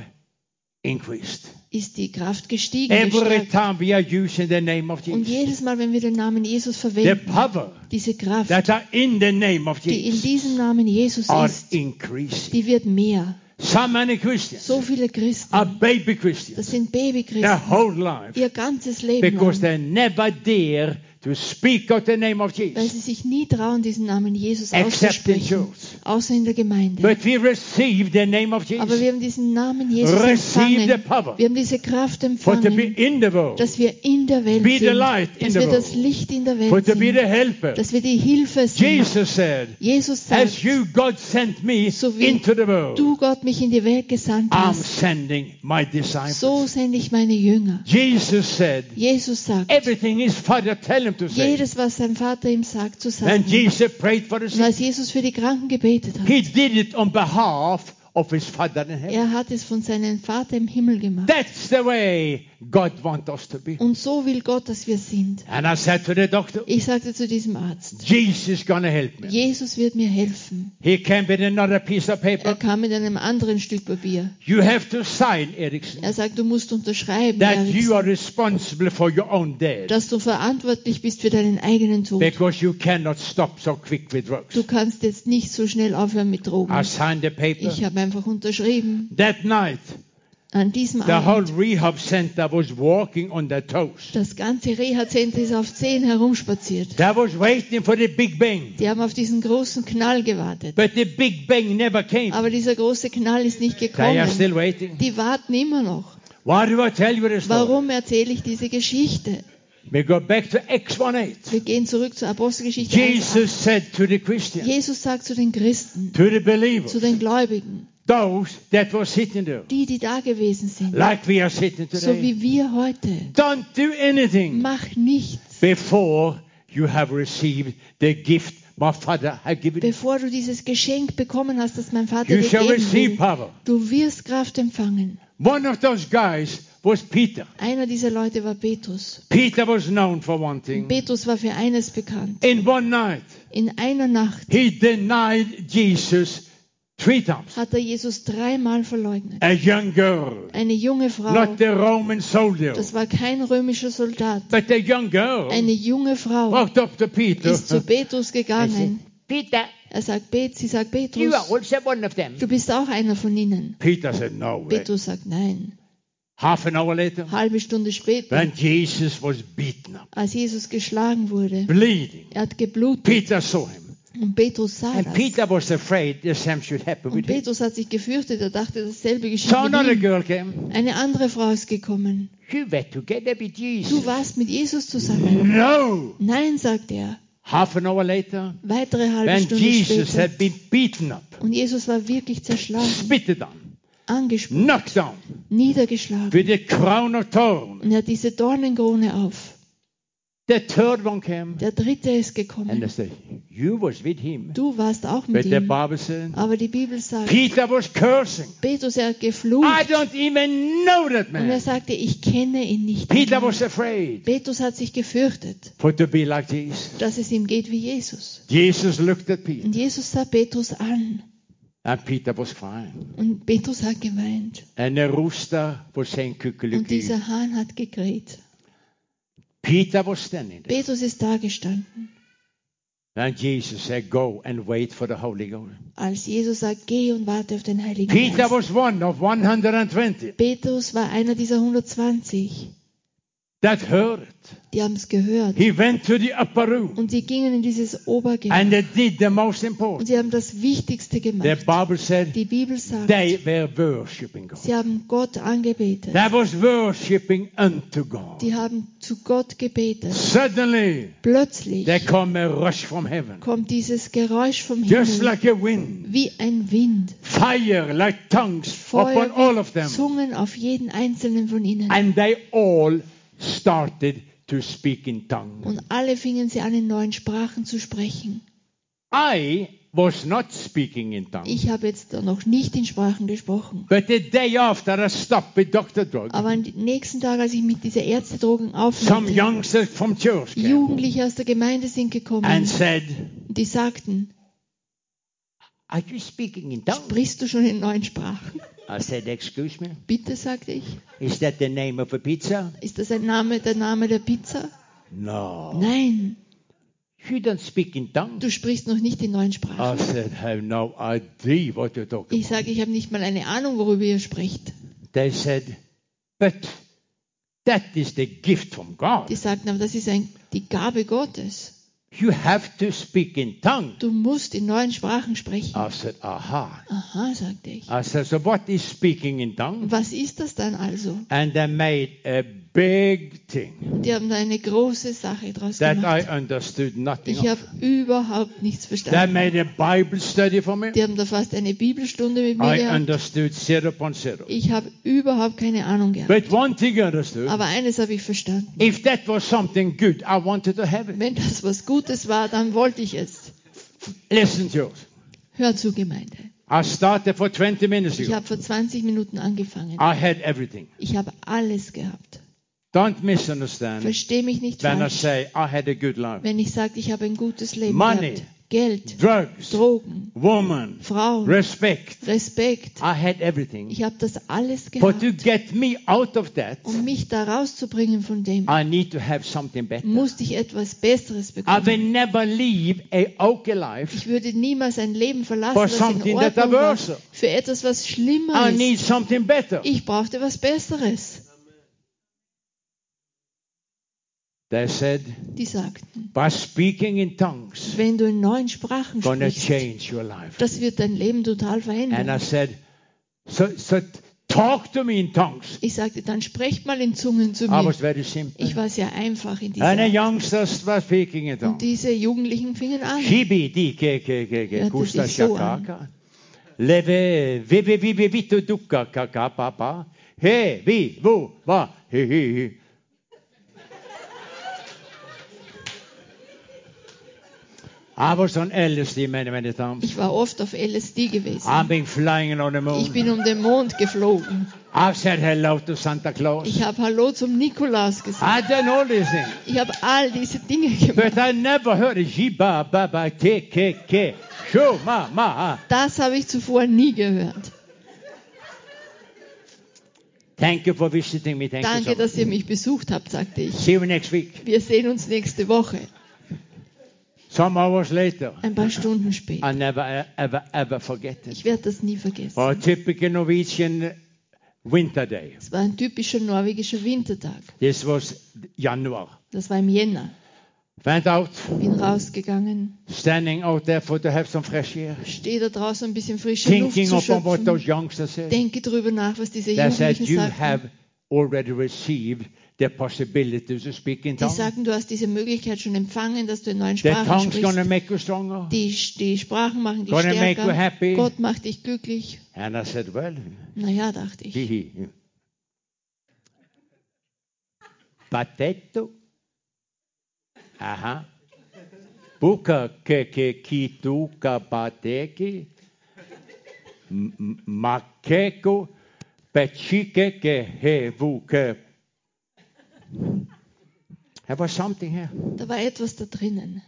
increased.
ist die Kraft gestiegen.
Every
gestärkt.
time we are using the name of
Und
Jesus,
jedes Mal, wenn wir den Namen Jesus
the
verwenden,
power
diese Kraft,
that are in the name of
die in
Jesus
diesem Namen Jesus
are
ist,
increasing.
die wird mehr.
So many Christians
So viele Christen,
are baby Christians
das sind
their
Babychristen,
whole life
ihr ganzes Leben
because
lang,
they never dare to speak of the name of
weil
Jesus
sie sich nie trauen, diesen Namen Jesus
except in
auszusprechen.
church.
außer in der Gemeinde.
But we receive the name of
Aber wir
Jesus
haben diesen Namen Jesus
Receive
empfangen.
the power.
Wir haben diese Kraft
for to be
empfangen,
in the world,
dass wir in der Welt
Be the
sind,
light in
dass
the
wir das
world.
Licht in der
for
Welt
to be
sind,
the helper.
dass wir die Hilfe sind.
Jesus said,
Jesus
As
sagt,
you, God, sent me
So wie
into the world,
du Gott mich in die Welt gesandt
I'm
hast,
sending my
so
disciples.
sende ich meine Jünger.
Jesus said,
Jesus sagt,
Everything his Father tell him to say.
jedes, was sein Vater ihm sagt, zu sagen.
And Jesus prayed for the
Und
sick.
als Jesus für die Kranken gebetet hat,
He did it on behalf of his Father in heaven.
er hat es von seinem Vater im Himmel gemacht.
That's the way God wants us to be.
Und so will Gott, dass wir sind.
And I said to the doctor,
Ich sagte zu diesem Arzt,
Jesus is going to help me.
Jesus wird mir helfen.
He came with another piece of
Er
paper.
kam mit einem anderen Stück Papier.
You have to sign, Erickson,
Er sagt, du musst unterschreiben,
that you
Eriksen,
are responsible for your own death
dass du verantwortlich bist für deinen eigenen Tod.
because you cannot stop so quick with drugs.
Du kannst jetzt nicht so schnell aufhören mit
I
Drogen.
signed the paper.
Ich habe einfach unterschrieben.
That night,
An diesem
the whole
Abend,
rehab center was walking on their toes.
das ganze Reha-Zentrum ist auf Zehen herumspaziert.
They was waiting for the big bang,
Die haben auf diesen großen Knall gewartet.
but the big bang never came.
Aber dieser große Knall ist nicht
They are
gekommen.
still waiting.
Die warten immer noch.
Why do I tell you this story?
Warum erzähle ich diese Geschichte?
We go back to Acts 1:8.
Wir gehen zurück zur Apostelgeschichte. 1.
Jesus said to the Christians,
Jesus sagt zu den Christen,
to the
zu
believers,
den Gläubigen,
those that were sitting there,
die, die da gewesen sind,
like we are sitting
so
today,
wie wir heute.
don't do anything
Mach nichts,
before you have received the gift my Father had given you.
bevor du dieses Geschenk bekommen hast, das mein Vater
You
dir
shall
geben
receive
will.
power.
Du wirst Kraft empfangen.
One of those guys was Peter.
Einer dieser Leute war Petrus.
Peter was known for one thing.
Petrus war für eines bekannt.
In one night,
In einer Nacht
he denied Jesus three times.
hat er Jesus dreimal verleugnet.
A young girl,
Eine junge Frau,
not the Roman soldier,
das war kein römischer Soldat,
but a young girl
eine junge Frau
walked up to Peter.
ist zu Petrus gegangen.
Peter,
Er sagt, Bet, sie sagt,
you are
Petrus,
also one of them.
du bist auch einer von ihnen.
Peter said, No way.
Petrus sagt, nein.
Half an hour later,
Halbe Stunde später,
when Jesus was beaten up,
als Jesus geschlagen wurde,
bleeding,
er hat geblutet.
Peter saw him.
Und Petrus sah
And
das.
Peter was afraid the same should happen
Und
with him.
Petrus hat sich gefürchtet, er dachte, dasselbe geschieht
So
mit
another
ihm.
girl came.
Eine andere Frau ist gekommen.
You were together with
Du
Jesus.
warst mit Jesus zusammen.
No!
Nein, sagt er.
Half an hour later,
Weitere halbe
when
Stunde
Jesus
später.
had been beaten up,
Und Jesus war wirklich zerschlagen,
spitted on,
angespuckt,
knocked down
niedergeschlagen.
with a crown of thorns.
Und er hat diese Dornenkrone auf.
The third one came,
Der dritte ist
and they
gekommen.
say, "You was with him."
Du warst auch mit
But the
ihm.
Bible said
Aber die Bibel sagt,
Peter was cursing.
Petrus, er hat
I
geflucht.
don't even know that
Und er
man.
sagte, ich kenne ihn nicht.
Peter was afraid
Petrus hat sich gefürchtet,
for to be like Jesus.
dass es ihm geht wie Jesus.
Jesus looked at Peter,
Und Jesus sah Petrus an.
and Peter was crying.
Und Petrus hat geweint.
And the rooster was saying,
Und
"Kukuliku."
dieser Hahn hat gekräht.
Peter was standing there.
Petrus ist da gestanden.
And Jesus said, Go and wait for the Holy Ghost.
Als Jesus sagt, geh und warte auf den Heiligen
Peter
Geist.
was one of 120
Petrus war einer dieser 120.
that heard it.
Die haben es gehört.
He went to the upper room
Und sie gingen in dieses
and
Obergemach.
they did the most
Und
important.
sie haben das Wichtigste
The
gemacht.
Bible said
Die Bibel sagt,
they were worshiping God.
sie haben Gott angebetet.
That was worshiping unto God.
Die haben zu Gott gebetet.
Suddenly
Plötzlich
there come a rush from heaven,
kommt dieses Geräusch vom
just
Himmel
like a wind,
wie ein Wind.
fire like tongues upon all
Feuer,
of them.
Zungen auf jeden einzelnen von ihnen.
And they all started to speak in tongues.
Und alle fingen sie an, in neuen Sprachen zu sprechen.
I was not speaking in tongues.
Ich habe jetzt noch nicht in Sprachen gesprochen.
But the day after I stopped with Dr. Drug,
Aber am nächsten Tag, als ich mit dieser Ärztedrogen
some
aufhörte,
youngsters from church came
Jugendliche aus der Gemeinde sind
and
gekommen.
said,
Die sagten,
Are you speaking in tongues?
sprichst du schon in neuen Sprachen?
I said, Excuse me,
Bitte, sagte ich.
is that the name of a pizza?
Ist das ein Name, der Name der Pizza?
No.
Nein,
You don't speak in tongues.
du sprichst noch nicht in neuen Sprachen.
I said, have no idea what you're talking
Ich sage, ich habe nicht mal eine Ahnung, worüber ihr spricht.
about. They said, but that is the gift from God.
Die sagten, aber das ist ein, die Gabe Gottes.
You have to speak in tongues.
Du musst in neuen Sprachen sprechen.
I said, aha.
Aha, sagte ich.
I said, so what is speaking in tongues?
Was ist das dann also?
And they made a big thing
Die haben da eine große Sache draus
that I
gemacht.
understood nothing
Ich
of.
habe überhaupt nichts
They
verstanden.
made a Bible study for me.
Die haben da fast eine Bibelstunde mit mir
I
gehabt.
understood zero point zero.
Ich habe überhaupt keine Ahnung gehabt.
But one thing I understood.
Aber eines habe ich verstanden.
If that was something good, I wanted to have it.
Wenn das was Gutes war, dann wollte ich es.
Listen to us.
Hör zu, Gemeinde.
I started for 20 minutes
Ich
ago.
habe vor 20 Minuten angefangen.
I had everything.
Ich habe alles gehabt.
Don't misunderstand
Versteh mich nicht
when I
falsch,
say I had a good life.
wenn ich sage, ich habe ein gutes Leben
Money.
gehabt. Geld,
Drugs,
Drogen,
woman,
Frauen,
respect.
Respekt.
I had everything.
Ich habe das alles
But to
gehabt.
get me out of that,
Um mich da rauszubringen von dem,
I need to have something better.
musste ich etwas Besseres
I will
bekommen.
never leave a okay life.
Ich würde niemals ein Leben verlassen,
For
was in
something that
Ordnung war,
averse.
für etwas, was
I
schlimmer
need
ist.
something better.
Ich brauchte was Besseres.
They said,
Die sagten,
by speaking in tongues,
wenn du in neuen Sprachen
gonna
sprichst,
change your life.
das wird dein Leben total
And I
verändern.
said, so, so talk to me in tongues.
Ich sagte, dann sprecht mal in Zungen zu
I was
mir.
very simple.
Ich war sehr einfach in dieser
And the
Art.
youngsters were speaking in
Und
tongues.
diese Jugendlichen fingen an.
Shibi, di, ke, ke, ke, ke,
Hörte
gusta,
sich so
shakaka. Leve, vive, vive, vito, duka, kaka, papa. He, vi, wo, wa, he, he, he. I was on LSD many, many times.
Ich war oft auf LSD gewesen.
I've been flying on the moon.
Ich bin um den Mond geflogen.
I've said hello to Santa Claus.
Ich habe Hallo zum Nikolaus gesagt.
I've done all these things.
Ich habe all diese Dinge gemacht.
But I never heard a jiba baba ke ke ke sho ma ma. ah.
Das habe ich zuvor nie gehört.
Thank you for visiting me. Thank you.
Danke,
So much.
dass ihr mich besucht habt, sagte ich.
See you next week.
Wir sehen uns nächste Woche,
Some hours later,
ein paar Stunden später.
I never e- ever ever forget it.
Ich werde das nie vergessen.
For a typical Norwegian winter day.
Es war ein typischer norwegischer Wintertag.
This was Januar.
Das war im Jänner.
Went out,
Bin rausgegangen,
standing out there for to have some fresh air.
stehe da draußen ein bisschen frische Luft
Thinking
zu
upon what
schöpfen.
those youngsters said. er
Denke drüber nach, was diese
They said
Jugendlichen
you
sagten.
have already received the possibility to speak in
Die
tongues.
sagen, du hast diese Möglichkeit schon empfangen, dass du in neuen
The
Sprachen
tongue's gonna
sprichst.
make you stronger.
Die, die Sprachen machen dich
Gonna make you
stärker.
happy.
Gott macht dich glücklich.
And I said, well,
Naja, dachte ich.
hee-hee.
Pateto.
Uh-huh.
Aha.
Buka keke kituka bateki. M- m- Makeko pechike ke hevuke. There was something here.
Da war etwas da drinnen.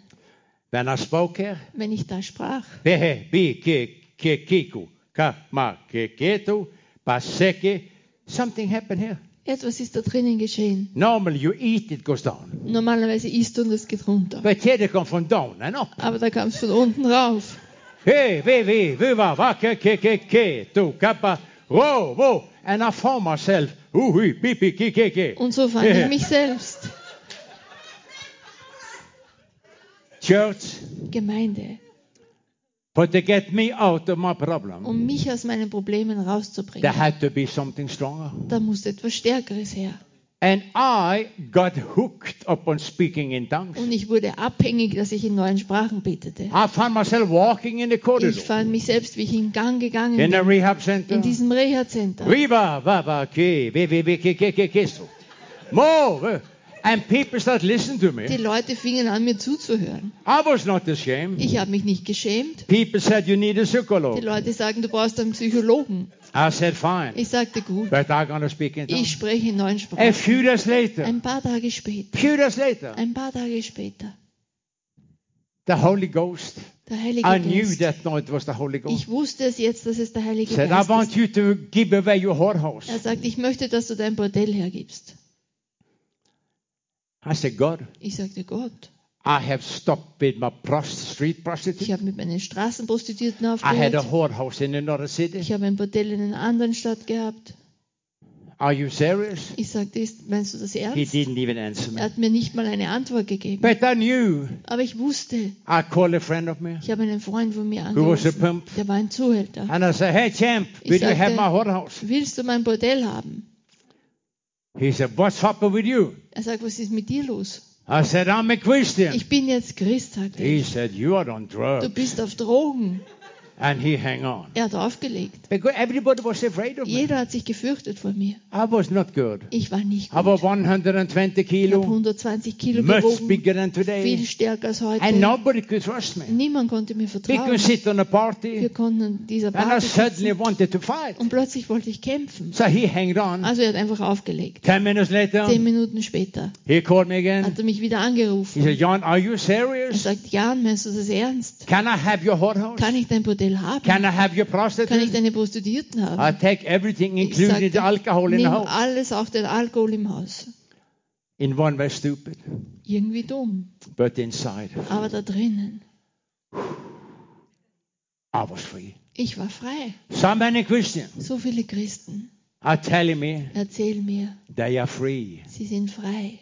When I spoke here,
Wenn ich da sprach,
pehe bi ke kekiku ka makeketu paseke. Something happened here.
etwas ist da drinnen geschehen.
Normally you eat, it goes down.
Normalerweise isst und es geht runter.
But here they come from down eh, and up.
Aber da kam es von unten rauf.
Hey, wee, wee, wee, wa, wa, ke, ke, ke, ke, tu, kappa, ro, wo, and I found myself, ooh, hui, pipi, ki, ke, ke.
Und so fand
Ja.
ich mich selbst.
Church,
Gemeinde.
but to get me out of my problem,
Um mich aus meinen Problemen
there
rauszubringen.
had to be something stronger.
Da musste etwas Stärkeres her.
And I got hooked upon speaking in tongues.
Und ich wurde abhängig, dass ich in neuen Sprachen betete.
I found myself walking in the corridor,
Ich fand mich selbst, wie ich in Gang gegangen
in a
bin,
rehab center.
in diesem Reha-Center.
Viva, vava, ki, vi, vi, vi, ki, ki, ki, ki, so. Mo, eh, and people start listening to me.
Die Leute fingen an, mir zuzuhören.
I was not ashamed.
Ich habe mich nicht geschämt.
People said, you need a
Die
psychologue.
Leute sagen, du brauchst einen Psychologen.
I said, fine,
Ich sagte, gut,
but I'm going to speak in
ich
tongues.
spreche in neuen
A
Sprachen.
few days later,
Ein paar Tage später,
few days later,
ein paar Tage später,
the Holy Ghost,
der
I
Heilige
knew
Geist.
that night was the Holy Ghost,
Ich wusste es jetzt, dass es der Heilige
said, I
Geist
want
ist.
you to give away your
Er
whorehouse.
sagt, ich möchte, dass du dein Bordell hergibst.
I said, God,
Ich sagte, Gott,
I have stopped with my prost- street
ich
prostitute.
habe mit meinen Straßenprostituierten
I had a
aufgehört.
whorehouse in another city.
Ich habe ein Bordell in einer anderen Stadt gehabt.
Are you serious?
Ich sagte, ist- meinst du das
He
ernst?
didn't even answer
Er
me.
hat mir nicht mal eine Antwort gegeben.
But I knew.
Aber ich wusste,
I called a friend of mine,
ich habe einen Freund von mir
who was a
angerufen.
pimp,
Der war ein Zuhälter.
and I said, hey, champ,
Ich
will you have
sagte-
my whorehouse?
Willst du mein Bordell haben?
He said, what's up with you?
Er sagt, was ist mit dir los?
I said, I'm a Christian.
Ich bin jetzt Christ, sagte
He
ich.
said, You are on
Du
drugs.
bist auf Drogen.
And he hang on.
Er hat aufgelegt.
Because everybody was afraid of me.
Jeder hat sich gefürchtet vor mir.
I was not good.
Ich war nicht
I was
gut.
120
Ich habe
kilo,
120 Kilo
much
gewogen,
bigger than
viel
today.
stärker als
And
heute.
nobody could trust me.
Niemand konnte mir
We could
vertrauen.
sit on a
Wir
party,
konnten an dieser
and I
Party Mm.
suddenly
sitzen
wanted to fight.
und plötzlich wollte ich kämpfen.
So he hanged on.
Also er hat einfach aufgelegt.
Ten minutes later,
Zehn Minuten später
he called me again.
hat er mich wieder
He
angerufen.
said, John, are you
Er
serious?
sagt, Jan, meinst du das ernst?
Can I have your hot house?
Kann ich dein Bordell haben?
Can I have your
Kann ich
prostitute?
deine Prostituierten haben?
I take everything,
Ich sagte,
including the alcohol in
nimm
the house.
alles auch den Alkohol im Haus.
In one way, stupid,
Irgendwie dumm,
but inside,
aber da drinnen.
I was free.
Ich war frei.
So many Christians
So viele Christen
are telling me
erzähl mir,
they are free.
sie sind frei.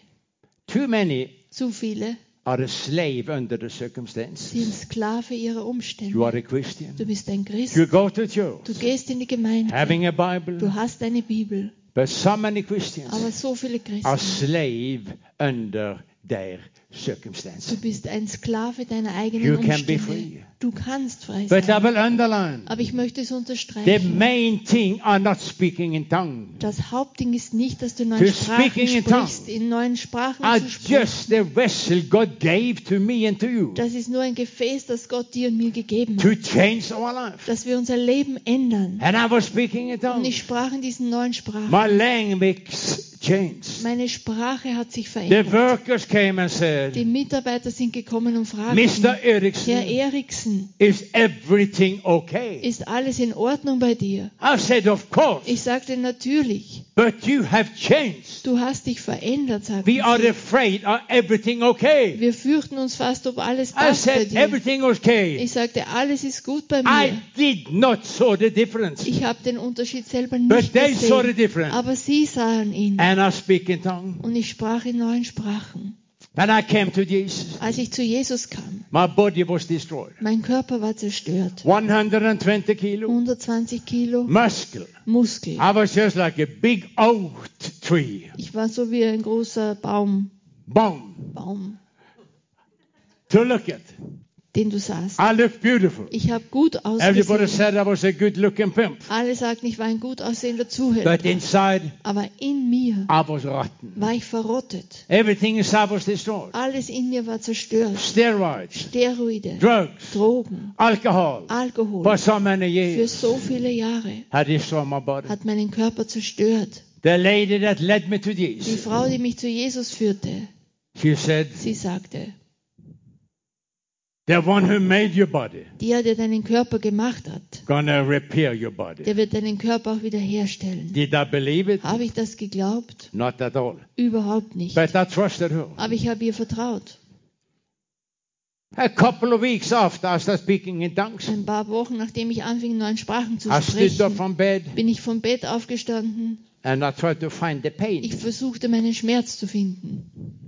Too many
Zu viele
are a slave under the circumstance.
sind Sklave ihrer
You
Umstände.
are a Christian.
Du bist ein Christ.
You go to church
Du gehst in die Gemeinde.
having a Bible,
Du hast eine Bibel.
but so many
Aber
Christians
so viele
are
Christen.
slave under their
Du
circumstances.
bist ein Sklave deiner eigenen
You can be free.
Umstände. Du kannst frei
But I
sein.
will underline
Aber ich möchte es
the
unterstreichen.
main thing are not speaking in tongues.
Das Hauptding ist nicht, dass du in
To
neuen Sprachen
speaking in tongues
sprichst, in neuen Sprachen
Are
zu sprechen.
just the vessel God gave to me and to you
Das ist nur ein Gefäß, das Gott dir und mir gegeben
to
hat,
change our life.
dass wir unser Leben ändern.
And I was speaking in
Und
tongues.
ich sprach in diesen neuen Sprachen.
My language changed.
Meine Sprache hat sich
The
verändert.
workers came and said,
Die Mitarbeiter sind gekommen und fragten,
Mr.
Herr
Eriksson,
Eriksen,
is everything okay?
ist alles in Ordnung bei dir?
I said, of course,
Ich sagte, natürlich.
but you have changed.
Du hast dich verändert, sagten
We are
sie.
afraid, are everything okay?
Wir fürchten uns fast, ob alles
I
passt bei
said,
dir.
everything okay.
Ich sagte, alles ist gut bei
I
mir.
did not saw the difference,
Ich habe den Unterschied selber
but
nicht
they saw the
gesehen.
difference.
Aber sie sahen ihn.
And I speak in tongues.
Und ich sprach in neuen Sprachen.
When I came to Jesus,
Als ich zu Jesus kam,
my body was destroyed.
mein Körper war zerstört.
120 kilo,
120 Kilo
muscle.
Muskel.
I was just like a big oak tree,
Ich war so wie ein großer Baum,
bomb,
Baum,
to look at.
den du sahst.
I looked beautiful.
Ich habe gut
Everybody
ausgesehen.
said I was a good looking pimp.
Alle sagten, ich war ein gut aussehender Zuhälter.
But inside,
Aber in mir
I was rotten.
war ich verrottet.
Everything inside was destroyed.
Alles in mir war zerstört.
Steroids,
Steroide,
drugs,
Drogen,
alcohol. For
Alkohol.
so many
Für
years,
so viele Jahre
I destroyed my body.
hat meinen Körper zerstört.
The lady that led me to
Die
Jesus,
Frau, die mich zu Jesus führte,
she said,
sie sagte,
the one who made your body,
der, der deinen Körper gemacht hat,
gonna repair your body.
der wird deinen Körper auch wieder herstellen.
Did I believe it?
Habe ich das geglaubt?
Not at all.
Überhaupt nicht.
But I trusted her.
Aber ich habe ihr vertraut.
A couple of weeks after I started speaking in tongues,
Ein paar Wochen nachdem ich anfing, in neuen Sprachen zu
I stood up
sprechen,
from bed
bin ich vom Bett aufgestanden.
and I tried to find the
Ich
pain.
versuchte, meinen Schmerz zu finden.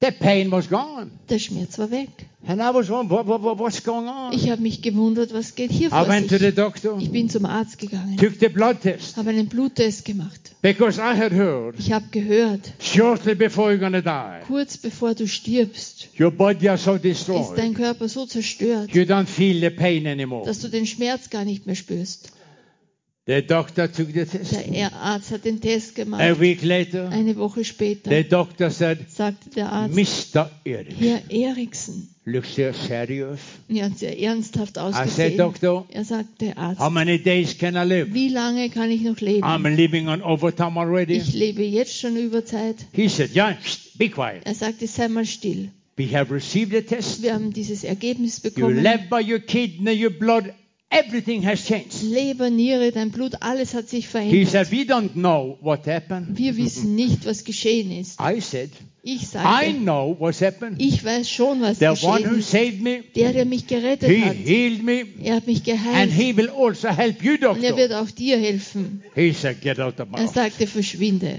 The pain was gone.
Der Schmerz war weg.
And I was wondering, what, what, what's going on?
Ich habe mich gewundert, was geht hier
I
vor
went to the
sich.
doctor,
Ich bin zum Arzt gegangen,
took the blood test,
habe einen Bluttest gemacht.
because I had heard
Ich habe gehört,
shortly before you're going to die,
kurz bevor du stirbst,
your body is so
ist
destroyed,
dein Körper so zerstört,
you don't feel the pain anymore.
dass du den Schmerz gar nicht mehr spürst.
The doctor took the test.
Der Er- Arzt hat den Test
A
gemacht.
week later,
Eine Woche
the
später
doctor said,
sagte der Arzt,
Mr. Eric,
Herr Eriksen,
looks so serious.
er hat sehr ernsthaft
I said,
ausgesehen.
Doctor,
Er sagte, der
how
Arzt,
many days can I live?
wie lange kann ich noch
I'm
leben?
living on overtime already.
Ich lebe jetzt schon über Zeit.
He said, John, shh, be quiet.
Er sagte, sei mal still.
We have received the test.
Wir haben dieses Ergebnis
Your
bekommen.
liver, your kidney, your blood, everything has changed.
Leber, Niere, dein Blut, alles hat sich
He
verändert.
said, we don't know what happened.
Wir wissen nicht, was geschehen ist.
I said,
Ich
I
sage,
know what's happened.
ich weiß schon, was
The one
geschehen
who
ist.
saved me,
Der, der mich
he
gerettet hat,
healed me,
er hat mich
and
geheilt.
he will also help you,
Und er
doctor.
wird auch dir helfen.
He said, get out of my
Er
office.
sagte, verschwinde.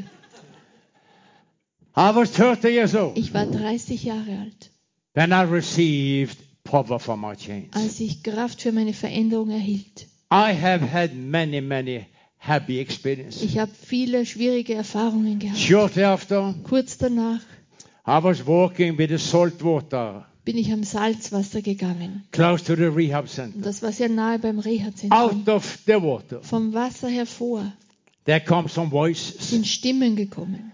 I was 30 years old
Ich war 30 Jahre alt,
when I received power for my change.
als ich Kraft für meine Veränderung erhielt.
I have had many, many happy experiences.
Ich habe viele schwierige Erfahrungen gehabt.
Shortly after,
Kurz danach
I was walking with the salt water
bin ich am Salzwasser gegangen.
close to the rehab center.
Und das war sehr nahe beim Reha-Zentrum.
Out of the water,
Vom Wasser hervor
there come some voices.
sind Stimmen gekommen.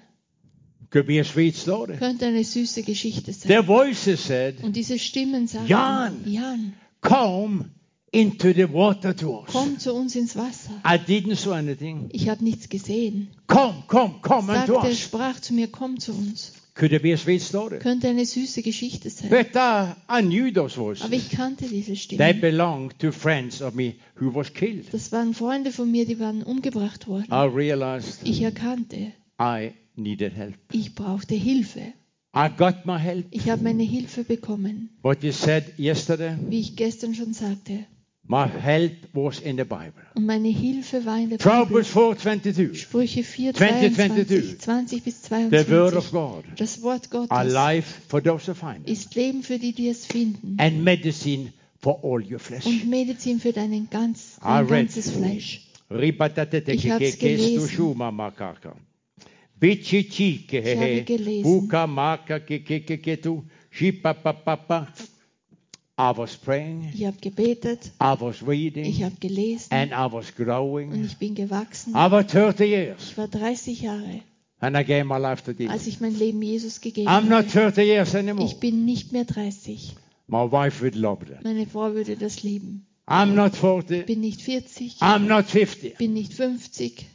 Could be a sweet story.
Könnte eine süße Geschichte sein.
The voices said,
Und diese Stimmen sagten,
Jan!
Jan,
Come into the water to us.
komm zu uns ins Wasser.
I didn't saw anything.
Ich habe nichts gesehen.
Come, come, come unto
Sagte,
us.
sprach zu mir, komm zu uns.
Could it be a sweet story?
Könnte eine süße Geschichte sein.
But I, I knew those
Aber
voices.
ich kannte diese
They
Stimmen.
belonged to friends of me who was killed.
Das waren Freunde von mir, die waren umgebracht worden.
I realized
Ich erkannte,
I needed help.
ich brauchte Hilfe.
I got my help.
Ich habe meine Hilfe bekommen.
What you said yesterday,
Wie ich gestern schon sagte.
my help was in the Bible.
Und meine Hilfe war in der Bibel.
Proverbs 4:22.
Sprüche 4,
20,
22,
22.
20 bis
The word of
22.
God,
Das Wort
a
Gottes
life for those who find it,
ist Leben für die, die es finden.
and medicine for all your flesh.
und Medizin für deinen ganz,
I
dein
read.
ganzes Fleisch. Ich hab's gelesen.
Ribatatete Bici cike
Ich habe gelesen.
buka maka kekekeketu shipapapapa. I was praying,
Ich habe gebetet,
I was reading,
ich habe gelesen
and I was
und
growing.
ich bin gewachsen.
I was 30 years
Ich war 30 Jahre,
and I gave my life to Jesus.
als ich mein Leben Jesus gegeben
I'm not
habe.
30 years anymore.
Ich bin nicht mehr 30.
My wife would love that.
Meine Frau würde das lieben.
I'm not
Ich
40.
bin nicht 40,
I'm not 50.
bin nicht 50,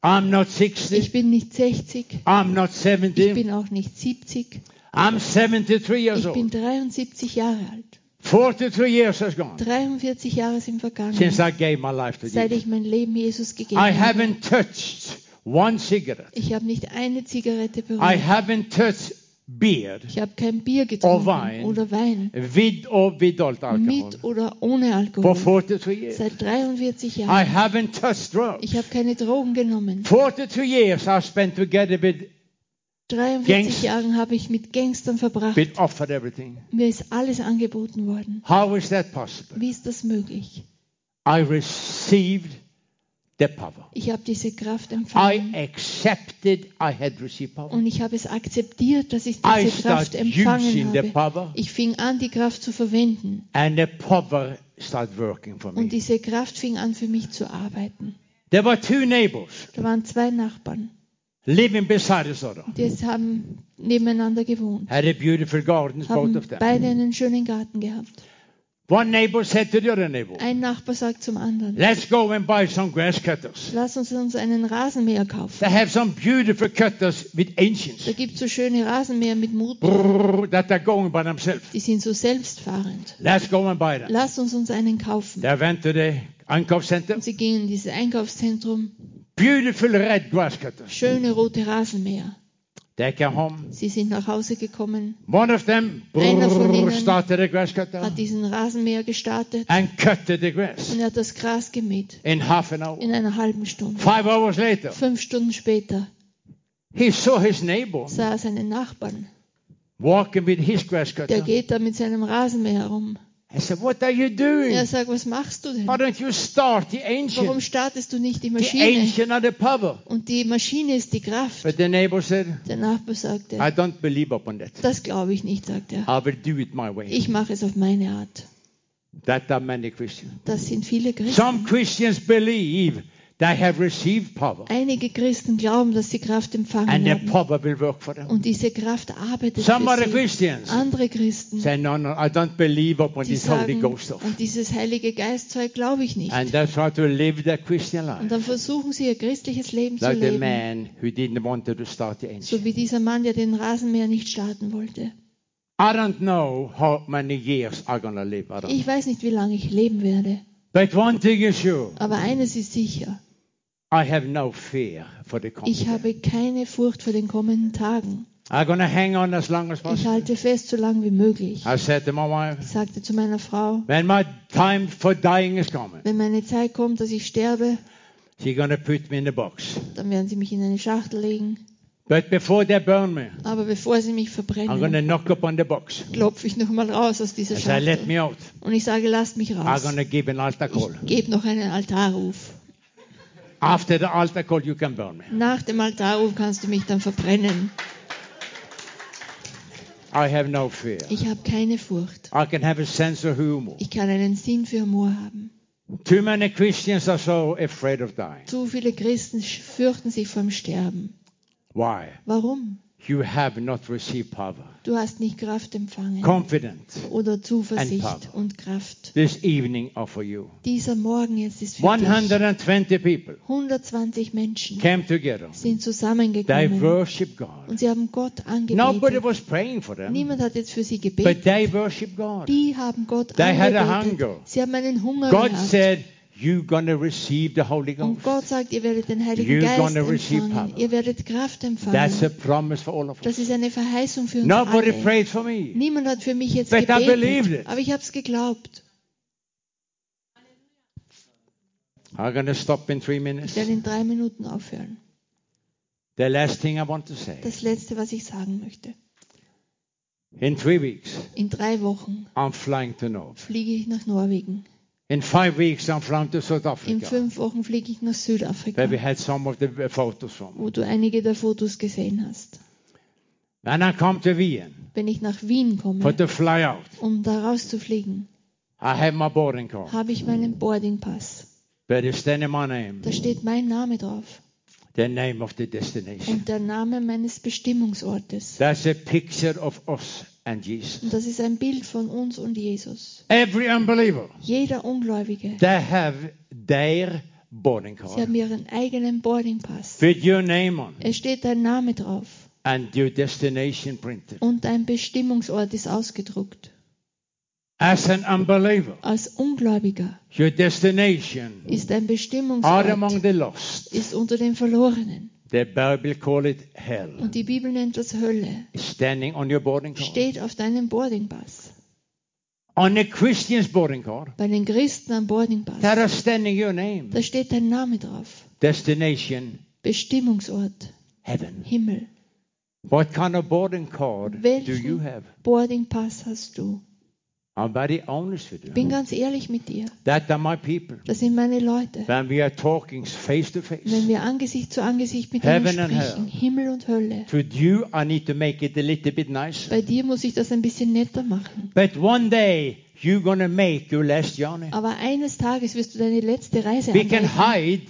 I'm not
ich
60.
bin nicht 60,
I'm not
ich
70.
bin auch nicht 70.
I'm 73 years
Ich bin
old.
73 Jahre alt.
43 years has gone
43 Jahre sind vergangen,
since I gave my life to
seit
Jesus.
ich mein Leben Jesus gegeben
I
habe.
haven't touched one cigarette.
Ich habe nicht eine Zigarette
I
berührt.
haven't touched beer,
Ich habe kein Bier getrunken
Wein.
oder Wein.
with or without alcohol,
Mit oder ohne
for
Alkohol.
42 years.
Seit 43
I
Jahren.
haven't touched drugs.
Ich habe keine Drogen genommen.
42 years I spent together with,
43
Gangst-
Jahren habe ich mit Gangstern verbracht.
with offered everything.
Mir ist alles angeboten worden.
How is that possible?
Wie ist das möglich?
I received the power.
Ich habe diese Kraft
I
empfangen
accepted I had received power.
Mm-hmm. und ich habe es akzeptiert, dass ich
I
diese Kraft
started using
empfangen
the
habe.
power
Ich fing an, die Kraft zu verwenden
and the power started working for
und
me.
diese Kraft fing an, für mich zu arbeiten.
There were two neighbors
Da waren zwei Nachbarn,
living beside each other.
die es haben nebeneinander gewohnt,
Had a beautiful garden, both
haben
of them.
beide einen schönen Garten gehabt.
One neighbor said to the other neighbor,
Ein Nachbar sagt zum anderen,
Let's go and buy some grass cutters.
lass uns uns einen Rasenmäher kaufen.
They have some beautiful cutters with engines
Da gibt es so schöne Rasenmäher mit Motor,
brrr, that are going by themselves.
die sind so selbstfahrend.
Let's go and buy them.
Lass uns uns einen kaufen.
They went to the Einkaufscenter.
Und sie gingen in dieses Einkaufszentrum,
Beautiful red grass cutters.
schöne rote Rasenmäher.
They came home.
Sie sind nach Hause gekommen,
One of them
Einer von
brrr,
ihnen
started a grass cutter
hat diesen Rasenmäher gestartet
and cut the grass
und hat das Gras gemäht
in half an hour.
in einer halben Stunde.
Five hours later,
Fünf Stunden später
he saw his neighbor
sah er seinen Nachbarn.
walking with his grass
Der
cutter.
geht da mit seinem Rasenmäher herum.
I said, What are you doing?
Er sagt, was machst du denn?
Why don't you start the
Warum
engine?
startest du nicht die
The
Maschine?
engine of the power.
Und die Maschine ist die Kraft.
But the neighbor said,
Der Nachbar sagte,
I don't believe upon that.
das glaube ich nicht, sagt er.
I will do it my way.
Ich mache es auf meine Art.
That are many Christians.
Das sind viele
Some
Christen.
Christians believe they have received power
Einige Christen glauben, dass sie Kraft
and
empfangen
the
haben.
power will work for them.
Und diese Kraft arbeitet
Some other
für sie.
Christians
Andere Christen
say, No, no, I don't believe upon
Die
this Holy
sagen,
Ghost stuff.
an dieses Heilige Geistzeug glaube ich nicht.
And
Und
they try to live their Christian life.
dann versuchen sie ihr christliches Leben zu
Like the
leben,
man who didn't want to start the engine.
so wie dieser Mann, der den Rasenmäher nicht starten
I
wollte.
don't know how many years I'm going to live. I don't know.
Ich weiß nicht, wie lange ich leben werde,
But one thing is sure
aber eines ist sicher,
I have no fear for the
ich
coming.
habe keine Furcht vor den kommenden Tagen.
I'm going to hang on as long as
Ich
possible.
halte fest, so lange wie möglich.
I said to my wife,
Ich sagte zu meiner Frau,
When my time for dying is coming,
wenn meine Zeit kommt, dass ich sterbe,
she's going to put me in the box.
dann werden sie mich in eine Schachtel legen.
But before they burn me,
Aber bevor sie mich
I'm going to
verbrennen,
knock upon the box.
klopfe ich nochmal raus aus dieser
I say, Also, let
Schachtel.
me out.
Und ich sage, lasst mich
I'm
raus.
going to give an altar call.
Gebt noch einen Altarruf.
After the altar call, you can burn me.
Nach dem Altarruf kannst du mich dann verbrennen.
I have no fear.
Ich habe keine Furcht.
I can have a sense of humor.
Ich kann einen Sinn für Humor haben.
Too many Christians are so afraid of dying.
Zu viele Christen sch- fürchten sich vor dem Sterben.
Why?
Warum?
You have not received power.
Du hast nicht Kraft empfangen
Confident.
oder
And
Zuversicht
power.
und Kraft.
This evening are for you.
Dieser Morgen jetzt ist für dich.
120 people
120 Menschen
came together.
sind
They
zusammengekommen
worship God.
und sie haben Gott
Nobody
angebetet.
was praying for them.
Niemand hat jetzt für sie
But
gebetet.
they worship God.
Die haben Gott
They had a hunger.
angebetet. Sie haben einen Hunger
God
gehabt.
said, You're going to receive the Holy Ghost.
Und Gott sagt, ihr werdet den Heiligen
You're
Geist
gonna receive
empfangen.
power.
Ihr werdet Kraft
That's a
empfangen.
promise for all of
Das
us.
ist eine Verheißung für uns
Nobody
alle.
prayed for me.
Niemand hat für mich jetzt
But I believed
gebetet,
it.
aber ich habe es geglaubt.
I'm going to stop in three
Ich
minutes.
werde in drei Minuten aufhören.
The last thing I want to say
Das Letzte, was ich sagen möchte.
in three weeks,
In drei Wochen
I'm flying to North.
fliege ich nach Norwegen.
In five weeks, I'm flying to South
In
Africa,
fünf Wochen fliege ich nach
where we
Südafrika,
had some of the photos from.
wo du einige der Fotos gesehen hast.
And I come to Wien
Wenn ich nach Wien
for
komme,
to fly out.
um da rauszufliegen,
I have my boarding card,
habe ich meinen Boardingpass.
but it's standing my name,
Da steht mein Name drauf
the name of the destination.
und der Name meines Bestimmungsortes.
That's a picture of us and Jesus.
Und das ist ein Bild von uns und Jesus.
Every unbeliever.
Jeder Ungläubige,
They have their boarding
sie haben
card
ihren eigenen Boardingpass.
with your name on
Es steht dein Name drauf
and your destination printed.
und dein Bestimmungsort ist ausgedruckt.
As an unbeliever,
Als Ungläubiger
your destination
ist dein
are among
Mm. Bestimmungsort
the lost.
ist unter den Verlorenen.
The Bible call it hell.
Und die Bibel nennt das Hölle.
Standing on your boarding card.
Steht auf deinem Boardingpass.
On a Christian's boarding card.
Bei den Christen am Boardingpass.
That are standing your name.
Da steht dein Name drauf.
Destination,
Bestimmungsort.
heaven.
Himmel.
What kind of boarding card do
Welchen-
you have?
Boardingpass hast du.
I'm very honest with
Ich
you.
bin ganz ehrlich mit dir.
That are my people.
Das sind meine Leute.
When we are talking face to
Wenn
face.
wir Angesicht zu Angesicht mit ihnen
Heaven and
sprechen, Himmel und Hölle.
To you, I need to make it a little bit nicer.
Bei dir muss ich das ein bisschen netter machen.
But one day, you're going to make your last journey.
Aber eines Tages wirst du deine letzte Reise
We can
antreten.
hide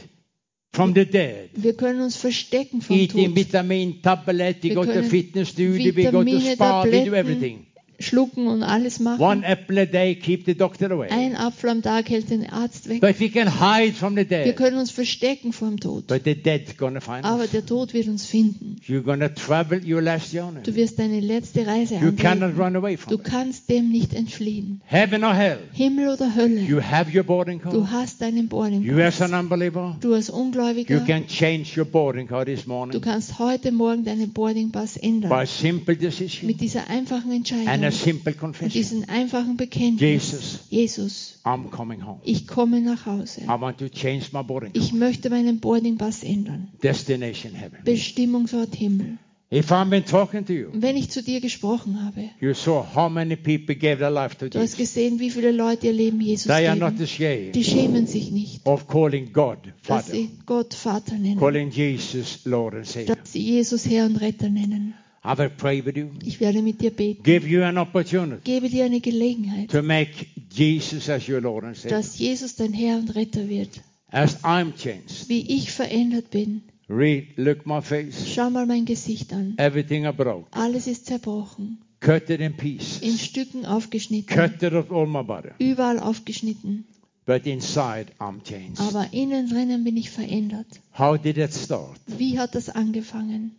from the dead.
Wir können uns verstecken vom
Eating
Tod,
vitamin tablet, we
Wir
go to
können
fitness studio, we go to
Vitamine,
spa, we do
Tabletten.
everything.
schlucken und alles
One
machen.
apple a day keep the doctor away.
Ein Apfel am Tag hält den Arzt weg.
But we can hide from the
Wir
dead.
können uns verstecken vom Tod.
But the dead's gonna find
Aber
us.
der Tod wird uns finden.
You're gonna travel your last journey.
Du wirst deine letzte Reise
You cannot
antreten.
run away
Du
from it.
kannst dem nicht entfliehen.
Heaven or hell.
Himmel oder Hölle.
You have your boarding
Du
card.
hast deinen
You as
Boardingpass.
an unbeliever,
Du als
you
Ungläubiger,
can change your boarding card this
du
morning
kannst heute Morgen deinen Boardingpass
by
ändern.
simple decision
Mit dieser
and
einfachen
a
Entscheidung
simple
und
confession.
diesem einfachen Bekenntnis.
Jesus,
Jesus,
I'm coming home.
ich komme nach Hause.
I want to change my boarding card.
Ich möchte meinen Boardingpass ändern.
Destination heaven.
Bestimmungsort Himmel.
If I've been talking to you,
Und wenn ich zu dir gesprochen habe,
you saw how many people gave their life to
du hast
Jesus.
gesehen, wie viele Leute ihr Leben Jesus
They are not
geben.
ashamed
Die schämen sich nicht,
of calling God
dass
Father,
sie Gott Vater nennen,
calling Jesus Lord and Savior.
dass sie Jesus Herr und Retter nennen.
I will pray with you,
Ich werde mit dir beten.
give you an opportunity
Gebe dir eine Gelegenheit,
to make Jesus as your Lord and Savior.
dass Jesus dein Herr und Retter wird.
As I'm changed,
Wie ich verändert bin,
read, look my face.
schau mal mein Gesicht an.
Everything I broke,
Alles ist zerbrochen,
cut it in
in
pieces,
Stücken aufgeschnitten,
cut it off all my body.
überall aufgeschnitten.
But inside, I'm changed.
Aber innen drinnen bin ich verändert.
How did that start?
Wie hat das angefangen?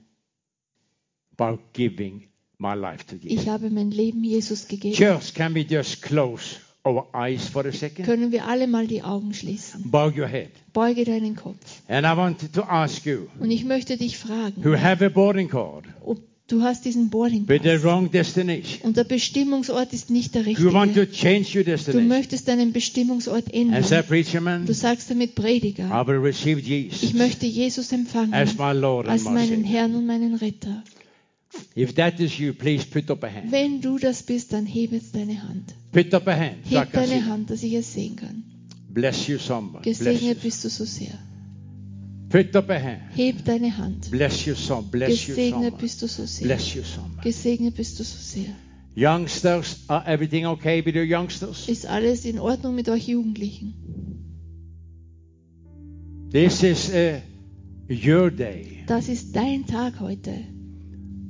By giving my life to Jesus.
Ich habe mein Leben Jesus gegeben.
Church, can we just close our eyes for a second?
Können wir alle mal die Augen schließen?
Bow your head.
Beuge deinen Kopf.
And I wanted to ask you
Und ich möchte dich fragen,
who have a boarding card
ob du hast diesen
with the
Boardingpass
wrong destination,
und der Bestimmungsort ist nicht der
you want to
richtige.
change your
Du
destination.
möchtest deinen Bestimmungsort
And say,
ändern.
preacher man,
Du sagst damit
I
Prediger,
will receive
ich
Jesus
möchte Jesus empfangen
as my Lord and
als
my
meinen
Savior.
Herrn und meinen Retter.
If that is you, please put up a hand.
Wenn du das bist, dann heb jetzt deine Hand.
Put up a hand. so I
Heb
can see.
deine Hand, dass ich es sehen kann.
Bless you, somebody. Bless
Gesegnet
you.
bist du so sehr.
Put up a hand.
Heb deine Hand.
Bless you, some. Bless you,
Gesegnet
somebody.
bist du so sehr.
Bless you, somebody.
Gesegnet bist du so sehr.
Youngsters, are everything okay with you, youngsters?
Ist alles in Ordnung mit euch Jugendlichen?
This is uh, your day.
Das ist dein Tag heute,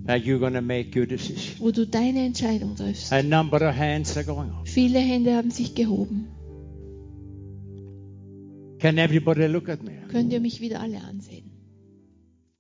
that you're going to make your decision.
wo du deine Entscheidung triffst.
A number of hands are going up.
Viele Hände haben sich gehoben.
Can everybody look at me?
Könnt ihr mich wieder alle ansehen?